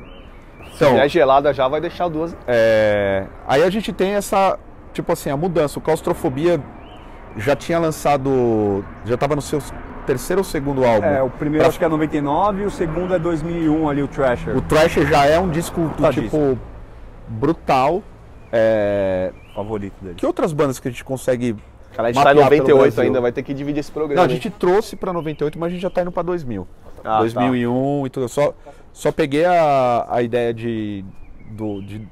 S2: Então,
S3: Se é gelada já, vai deixar duas.
S2: é, aí a gente tem essa, tipo assim, a mudança. O Claustrofobia já tinha lançado, já estava no seu terceiro ou segundo álbum.
S4: É, o primeiro
S2: Pra-
S4: acho que é 99 e o segundo é 2001 ali, o Thrasher.
S2: O Thrasher já é um disco,
S4: Tá
S2: tipo, brutal. É,
S4: favorito dele.
S2: que outras bandas que a gente consegue...
S3: Cara, a gente tá em
S2: mapear pelo
S3: 98
S2: Brasil?
S3: ainda, vai ter que dividir esse programa.
S2: Não, a
S3: hein?
S2: gente trouxe pra 98, mas a gente já tá indo pra 2000.
S3: Ah,
S2: 2001 e tudo. Eu só, só peguei a, a ideia de, do, de,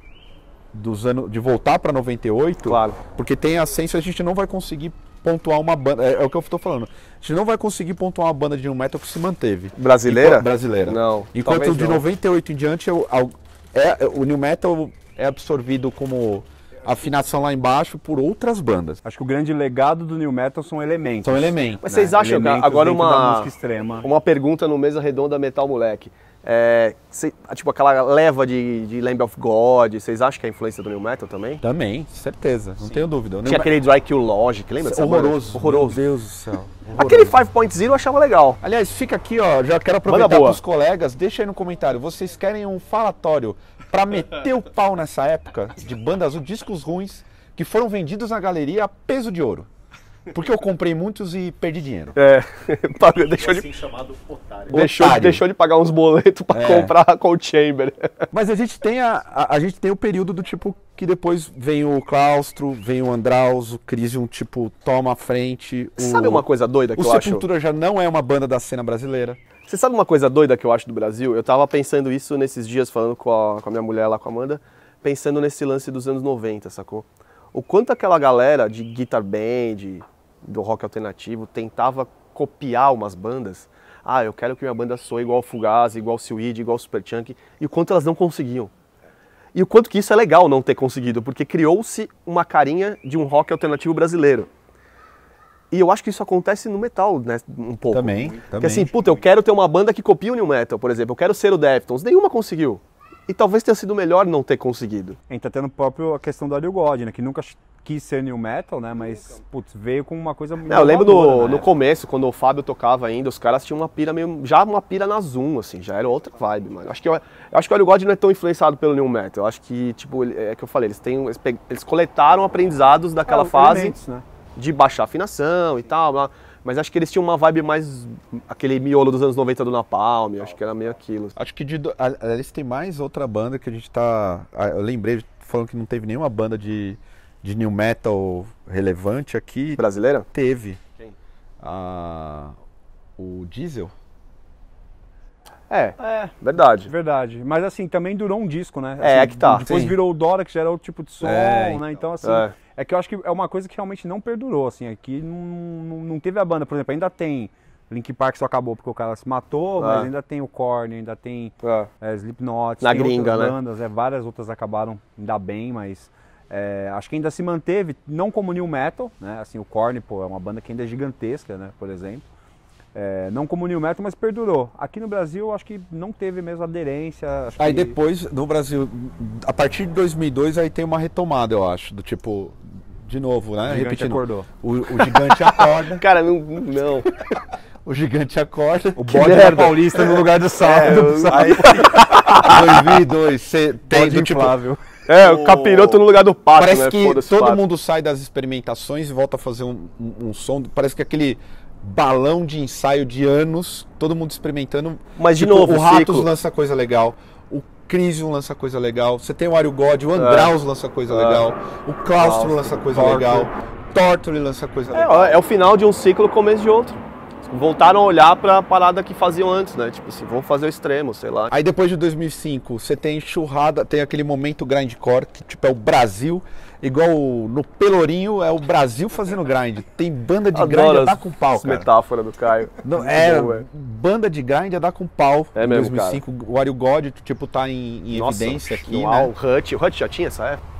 S2: dos anos, de voltar pra 98
S3: tá. Claro.
S2: Porque tem a senso a gente não vai conseguir pontuar uma banda. É, é o que eu tô falando. A gente não vai conseguir pontuar uma banda de new metal que se manteve.
S3: Brasileira?
S2: Enquanto- brasileira.
S3: Não.
S2: Enquanto
S3: talvez
S2: de
S3: não.
S2: 98 em diante, eu- al- é, o new metal é absorvido como afinação lá embaixo por outras bandas.
S4: Acho que o grande legado do New Metal são elementos.
S2: São elementos.
S3: Mas
S4: né?
S3: vocês acham, cara,
S4: Elementos
S3: agora
S4: dentro Da
S3: uma,
S4: música extrema.
S3: uma pergunta no Mesa Redonda Metal Moleque. É, cê- tipo, aquela leva de, de Lamb of God, vocês acham que é influência do New Metal também?
S2: Também, certeza. Não tenho dúvida. O new
S3: Tinha aquele Dry Kill Logic, lembra?
S2: metal-
S3: dessa banda?
S2: horroroso.
S3: Horroroso.
S2: Meu Deus do céu.
S3: Aquele 5.0 eu achava legal.
S2: Aliás, fica aqui, ó. Já quero aproveitar
S3: boa.
S2: pros colegas. Deixa aí no comentário. Vocês querem um falatório pra meter o pau nessa época de bandas azul, discos ruins que foram vendidos na galeria a peso de ouro? Porque eu comprei muitos e perdi dinheiro.
S3: É, pagou- deixou de
S1: Assim chamado otário.
S3: Deixou,
S2: Otário.
S3: deixou de pagar uns boletos pra
S2: É.
S3: comprar a Cold Chamber.
S2: Mas a gente tem a, a, a gente tem o período do tipo que depois vem o Claustro, vem o Andraus, o Crisium, tipo, toma a frente. O,
S3: Sabe uma coisa doida que
S2: O
S3: eu acho?
S2: Sepultura já não é uma banda da cena brasileira.
S3: Você sabe uma coisa doida que eu acho do Brasil? Eu tava pensando isso nesses dias, falando com a, com a minha mulher lá, com a Amanda, pensando nesse lance dos anos 90, sacou? O quanto aquela galera de guitar band, do rock alternativo, tentava copiar umas bandas. Ah, eu quero que minha banda soe igual Fugazi, igual Suede, igual Superchunk. E o quanto elas não conseguiam. E o quanto que isso é legal não ter conseguido, porque criou-se uma carinha de um rock alternativo brasileiro. E eu acho que isso acontece no metal, né, um pouco.
S2: Também,
S3: Porque
S2: também.
S3: assim, puta, eu quero ter uma banda que copia o New Metal, por exemplo. Eu quero ser o Deftones. Nenhuma conseguiu. E talvez tenha sido melhor não ter conseguido.
S4: Entra até no próprio a questão do Ariel God, né? Que nunca ch- quis ser New Metal, né? Mas, putz, veio com uma coisa muito.
S3: Não, É, eu lembro
S4: né?
S3: no, no começo, quando o Fábio tocava ainda, os caras tinham uma pira meio. Já uma pira na Zoom, assim, já era outra vibe, mano. Acho que, eu, eu acho que o Olho God não é tão influenciado pelo New Metal. Eu acho que, tipo, ele- é que eu falei, eles, têm, eles, pe- eles coletaram aprendizados daquela fase
S4: né?
S3: de baixar afinação e tal. blá. Mas acho que eles tinham uma vibe mais. aquele miolo dos anos 90 do Napalm, eu acho que era meio aquilo.
S2: Acho que de. do- a- Aliás, tem mais outra banda que a gente tá. ah, Eu lembrei, falando que não teve nenhuma banda de, de new metal relevante aqui.
S3: Brasileira?
S2: Teve.
S3: Quem?
S2: Ah, o Diesel?
S3: É,
S4: É,
S3: verdade.
S4: de verdade. Mas assim, também durou um disco, né?
S3: É,
S4: Assim,
S3: é que tá.
S4: Depois
S2: Sim.
S4: virou o Dora, que já era outro tipo de som,
S2: É,
S4: né? Então, assim.
S3: É.
S4: É. que eu acho que é uma coisa que realmente não perdurou, assim. Aqui não, não, não teve a banda, por exemplo, ainda tem. Link Park só acabou porque o cara se matou,
S3: É.
S4: mas ainda tem o Korn, ainda tem
S3: É.
S4: é, Slipknot,
S3: Na
S4: tem outras
S3: gringa, né?
S4: bandas, é, várias outras acabaram ainda bem, mas é, acho que ainda se manteve, não como New Metal, né? Assim, o Korn, pô, é uma banda que ainda é gigantesca, né? Por exemplo. É, não como New Metal, mas perdurou. Aqui no Brasil, acho que não teve mesmo aderência. acho
S2: Aí
S4: que-
S2: depois, no Brasil, a partir de 2002, aí tem uma retomada, eu acho. Do tipo, de novo,
S4: O
S2: né?
S4: gigante
S2: Repetindo.
S4: acordou.
S2: O, o gigante acorda,
S3: Cara, não. não.
S2: o gigante acorda.
S4: O bode da
S3: merda.
S4: Paulista no lugar
S2: É,
S4: do sábado.
S3: eu-
S4: sabe?
S2: 2002, você tem
S4: Bode
S2: do tipo,
S4: inflável.
S3: É, o capiroto no lugar do pato,
S2: Parece
S3: né?
S2: que
S3: Foda-se o
S2: todo
S3: pato.
S2: mundo sai das experimentações e volta a fazer um, um- um som. Parece que aquele balão de ensaio de anos, todo mundo experimentando.
S3: Mas, de
S2: Tipo,
S3: novo,
S2: o Ratos
S3: Cico,
S2: lança coisa legal, o Crisium lança coisa legal, você tem o Ario God, o Andraus lança coisa
S3: É.
S2: legal, o Claustro
S3: Claustro,
S2: lança coisa
S3: Torture.
S2: legal, Torture lança coisa
S3: É,
S2: legal.
S3: ó, é o final de um ciclo, começo de outro. Voltaram a olhar pra parada que faziam antes, né? Tipo assim, vamos fazer o extremo, sei lá.
S2: Aí depois de 2005, você tem churrada, tem aquele momento grindcore, que tipo é o Brasil, igual o- no Pelourinho, é o Brasil fazendo grind. Tem banda de grind a dar com pau,
S3: essa
S2: cara.
S3: metáfora do Caio.
S2: Não,
S3: Muito
S2: é,
S3: boa, é.
S2: banda de grind a dar com pau.
S3: É
S2: Em
S3: mesmo,
S2: 2005, o Ario God, tipo, tá em, em evidência aqui,
S3: uau,
S2: né?
S3: é. o Hut. O Hut já tinha essa época?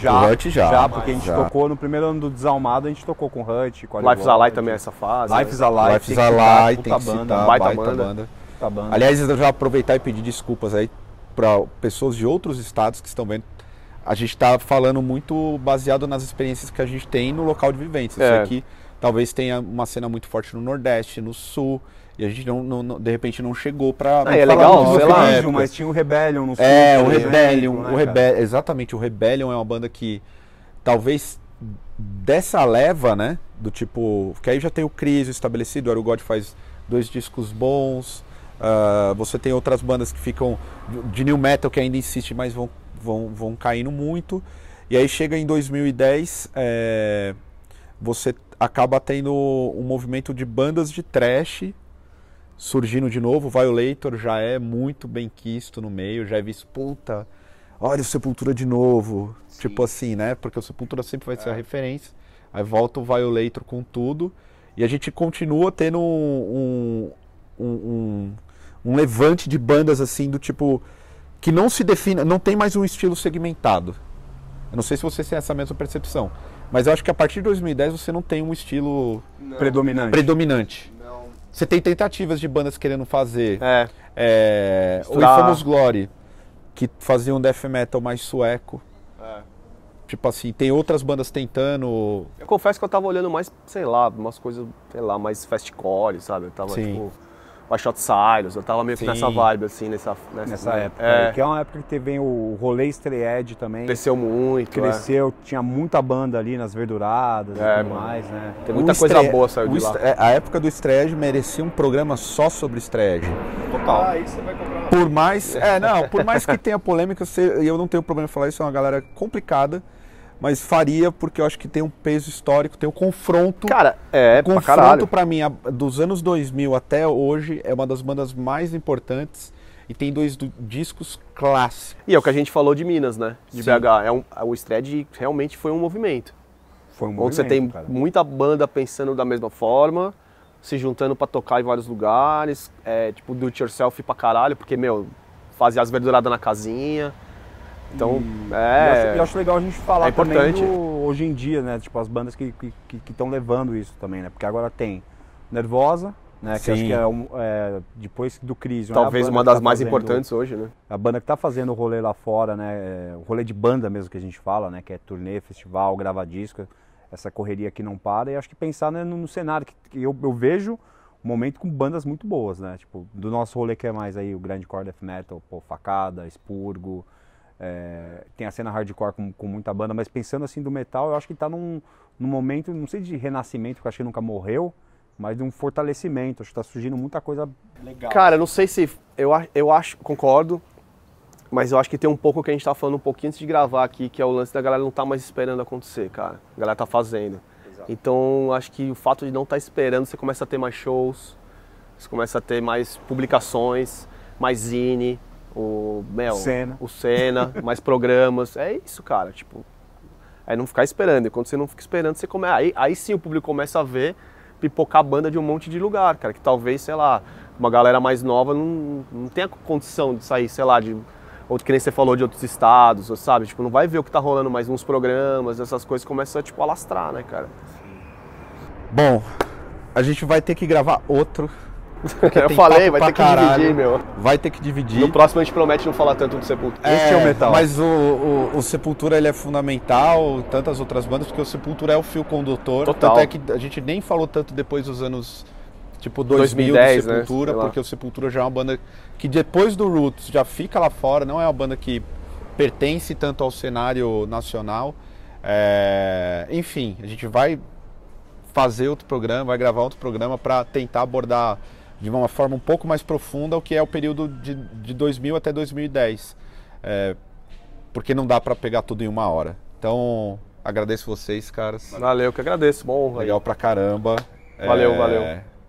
S4: Já,
S2: Hut já,
S4: porque a gente
S2: já.
S4: tocou no primeiro ano do Desalmado, a gente tocou com Hut, com
S3: Life's Alive também é essa fase.
S4: Life's Alive,
S2: Life is Alive, tem
S4: puta
S2: que
S4: banda,
S2: citar,
S3: baita
S2: baita,
S3: banda.
S2: banda.
S4: puta banda.
S2: Aliás, eu já aproveitar e pedir desculpas aí para pessoas de outros estados que estão vendo. A gente está falando muito baseado nas experiências que a gente tem no local de vivência.
S3: É.
S2: Eu sei que talvez tenha uma cena muito forte no Nordeste, no Sul, e a gente não, não- não- de repente não chegou para.
S3: Ah, é legal,
S4: Não,
S3: sei
S4: sei
S3: lá,
S4: lá,
S3: época.
S4: mas tinha o Rebellion no
S2: É,
S4: sul,
S2: o
S4: né?
S2: Rebellion,
S4: né,
S2: o
S4: cara?
S2: Rebe exatamente, o Rebellion é uma banda que talvez dessa leva, né, do tipo, que aí já tem o Cris estabelecido, o Arugod faz dois discos bons, ah, você tem outras bandas que ficam de new metal que ainda insiste, mas vão, vão, vão caindo muito, e aí chega em 2010, é, você acaba tendo um movimento de bandas de trash surgindo de novo. Violator já é muito bem quisto no meio, já é visto, puta, olha o Sepultura de novo. Tipo assim, né? Porque o Sepultura sempre vai ser a referência. Aí volta o Violator com tudo. E a gente continua tendo um, um, um, um levante de bandas assim, do tipo, que não se defina, não tem mais um estilo segmentado. Eu não sei se vocês têm essa mesma percepção. Mas eu acho que a partir de 2010 você não tem um estilo
S4: Predominante.
S2: predominante. Você tem tentativas de bandas querendo fazer.
S3: É,
S2: É, o
S3: Misturar.
S2: Infamous Glory, que fazia um death metal mais sueco.
S3: É.
S2: Tipo assim, tem outras bandas tentando.
S3: eu confesso que eu tava olhando mais, sei lá, umas coisas, sei lá, mais fastcore, sabe? Eu tava,
S2: Sim.
S3: tipo, White Shot Silos, eu tava meio que
S2: Sim.
S3: nessa vibe, assim, nessa... Nessa,
S4: Nessa época.
S3: É,
S4: Que é uma época que teve o rolê Stray Edge também.
S3: cresceu muito, é.
S4: Cresceu, tinha muita banda ali nas verduradas
S3: É,
S4: e tudo
S3: mano.
S4: mais, né?
S3: Tem muita
S2: O
S3: coisa
S2: Stre-
S3: boa saiu
S2: o
S3: de lá.
S2: Stre- A época do Stred merecia um programa só sobre Stred.
S6: Total. Aí você vai comprar uma
S2: Por mais. É, não, por mais que tenha polêmica, você- eu não tenho problema em falar isso, é uma galera complicada. Mas faria, porque eu acho que tem um peso histórico, tem um confronto.
S3: Cara, é, pra
S2: confronto
S3: caralho.
S2: pra mim a- dos anos 2000 até hoje é uma das bandas mais importantes e tem dois du- discos clássicos.
S3: E é o que a gente falou de Minas, né? De
S2: Sim.
S3: BH. É um, o Stred realmente foi um movimento.
S4: Foi um
S3: Onde você tem
S4: movimento, cara.
S3: muita banda pensando da mesma forma, se juntando pra tocar em vários lugares, é, tipo, do it yourself pra caralho, porque, meu, fazia as verduradas na casinha. Então,
S4: Hum, E eu,
S3: é.
S4: acho, eu acho legal a gente falar
S3: é
S4: também
S3: importante.
S4: do- hoje em dia, né? Tipo, as bandas que estão que, que tão levando isso também, né? Porque agora tem Nervosa, né? Que eu acho
S2: Sim.
S4: que é, um, é, depois do é Cris.
S3: talvez uma
S4: tá
S3: das mais importantes hoje, né?
S4: A banda que tá fazendo o rolê lá fora, né? é, O rolê de banda mesmo que a gente fala, né? Que é turnê, festival, grava disco, essa correria que não para. E acho que pensar né, no, no cenário, que, que eu, eu vejo um momento com bandas muito boas, né? Tipo, do nosso rolê que é mais aí, o grande core death metal, pô, facada, expurgo. é, tem a cena hardcore com, com muita banda, mas pensando assim do metal, eu acho que tá num, num momento, não sei de renascimento, porque eu acho que nunca morreu, mas de um fortalecimento. Acho que tá surgindo muita coisa legal.
S3: Cara, eu não sei se. Eu, a- eu acho, concordo. Mas eu acho que tem um pouco que a gente tá falando um pouquinho antes de gravar aqui, que é o lance da galera não tá mais esperando acontecer, cara. A galera tá fazendo. Então acho que o fato de não estar esperando, você começa a ter mais shows, você começa a ter mais publicações, mais zine, o Mel,
S4: Cena.
S3: o Senna, mais programas. É isso, cara. Tipo, é não ficar esperando. E quando você não fica esperando, você começa. Aí, aí sim o público começa a ver pipocar a banda de um monte de lugar, cara. Que talvez, sei lá, uma galera mais nova não, não tenha condição de sair, sei lá, de. Ou que nem você falou de outros estados, ou sabe? Tipo, não vai ver o que tá rolando mais uns programas, essas coisas começam a, tipo, alastrar, né, cara?
S2: Bom, a gente vai ter que gravar outro. porque
S3: Eu
S2: tem
S3: falei,
S2: papo
S3: vai
S2: pra
S3: ter que
S2: caralho.
S3: dividir, meu.
S2: Vai ter que dividir.
S3: No próximo a gente promete não falar tanto do Sepultura.
S2: Este é o metal. Mas o, o- o Sepultura ele é fundamental, tantas outras bandas, porque o Sepultura é o fio condutor.
S3: Total.
S2: Tanto é que a gente nem falou tanto depois dos anos tipo 2000
S3: 2010,
S2: do
S3: né?
S2: Sepultura,
S3: Sei lá.
S2: porque o Sepultura já é uma banda que depois do Roots já fica lá fora, não é uma banda que pertence tanto ao cenário nacional. É, Enfim, a gente vai fazer outro programa, vai gravar outro programa para tentar abordar de uma forma um pouco mais profunda o que é o período de, de 2000 até 2010. É, porque não dá para pegar tudo em uma hora. Então, agradeço vocês, caras.
S3: Valeu, que agradeço. Bom,
S2: Legal pra caramba. É,
S3: Valeu, valeu.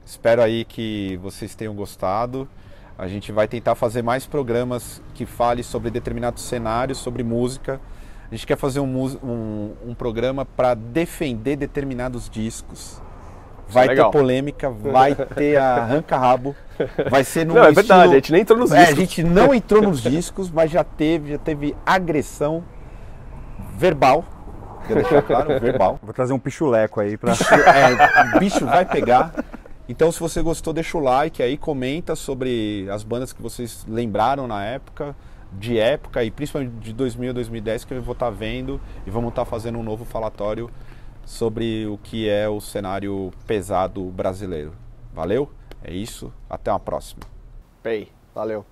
S2: Espero aí que vocês tenham gostado. A gente vai tentar fazer mais programas que fale sobre determinados cenários, sobre música. A gente quer fazer um, mus- um- um programa para defender determinados discos. Vai
S3: legal.
S2: ter polêmica, vai ter arranca-rabo, vai ser num
S3: Não, é verdade, a
S2: estilo-
S3: gente nem entrou nos
S2: é, a
S3: discos.
S2: gente não entrou nos discos, mas já teve, já teve agressão verbal. Quero deixar claro, verbal.
S4: Vou trazer um pichuleco aí pra.
S2: É, o bicho vai pegar. Então, se você gostou, deixa o like aí, comenta sobre as bandas que vocês lembraram na época, de época e principalmente de 2000 a 2010 que eu vou estar vendo e vamos estar fazendo um novo falatório sobre o que é o cenário pesado brasileiro. Valeu? É isso, até uma próxima.
S3: Pei, valeu.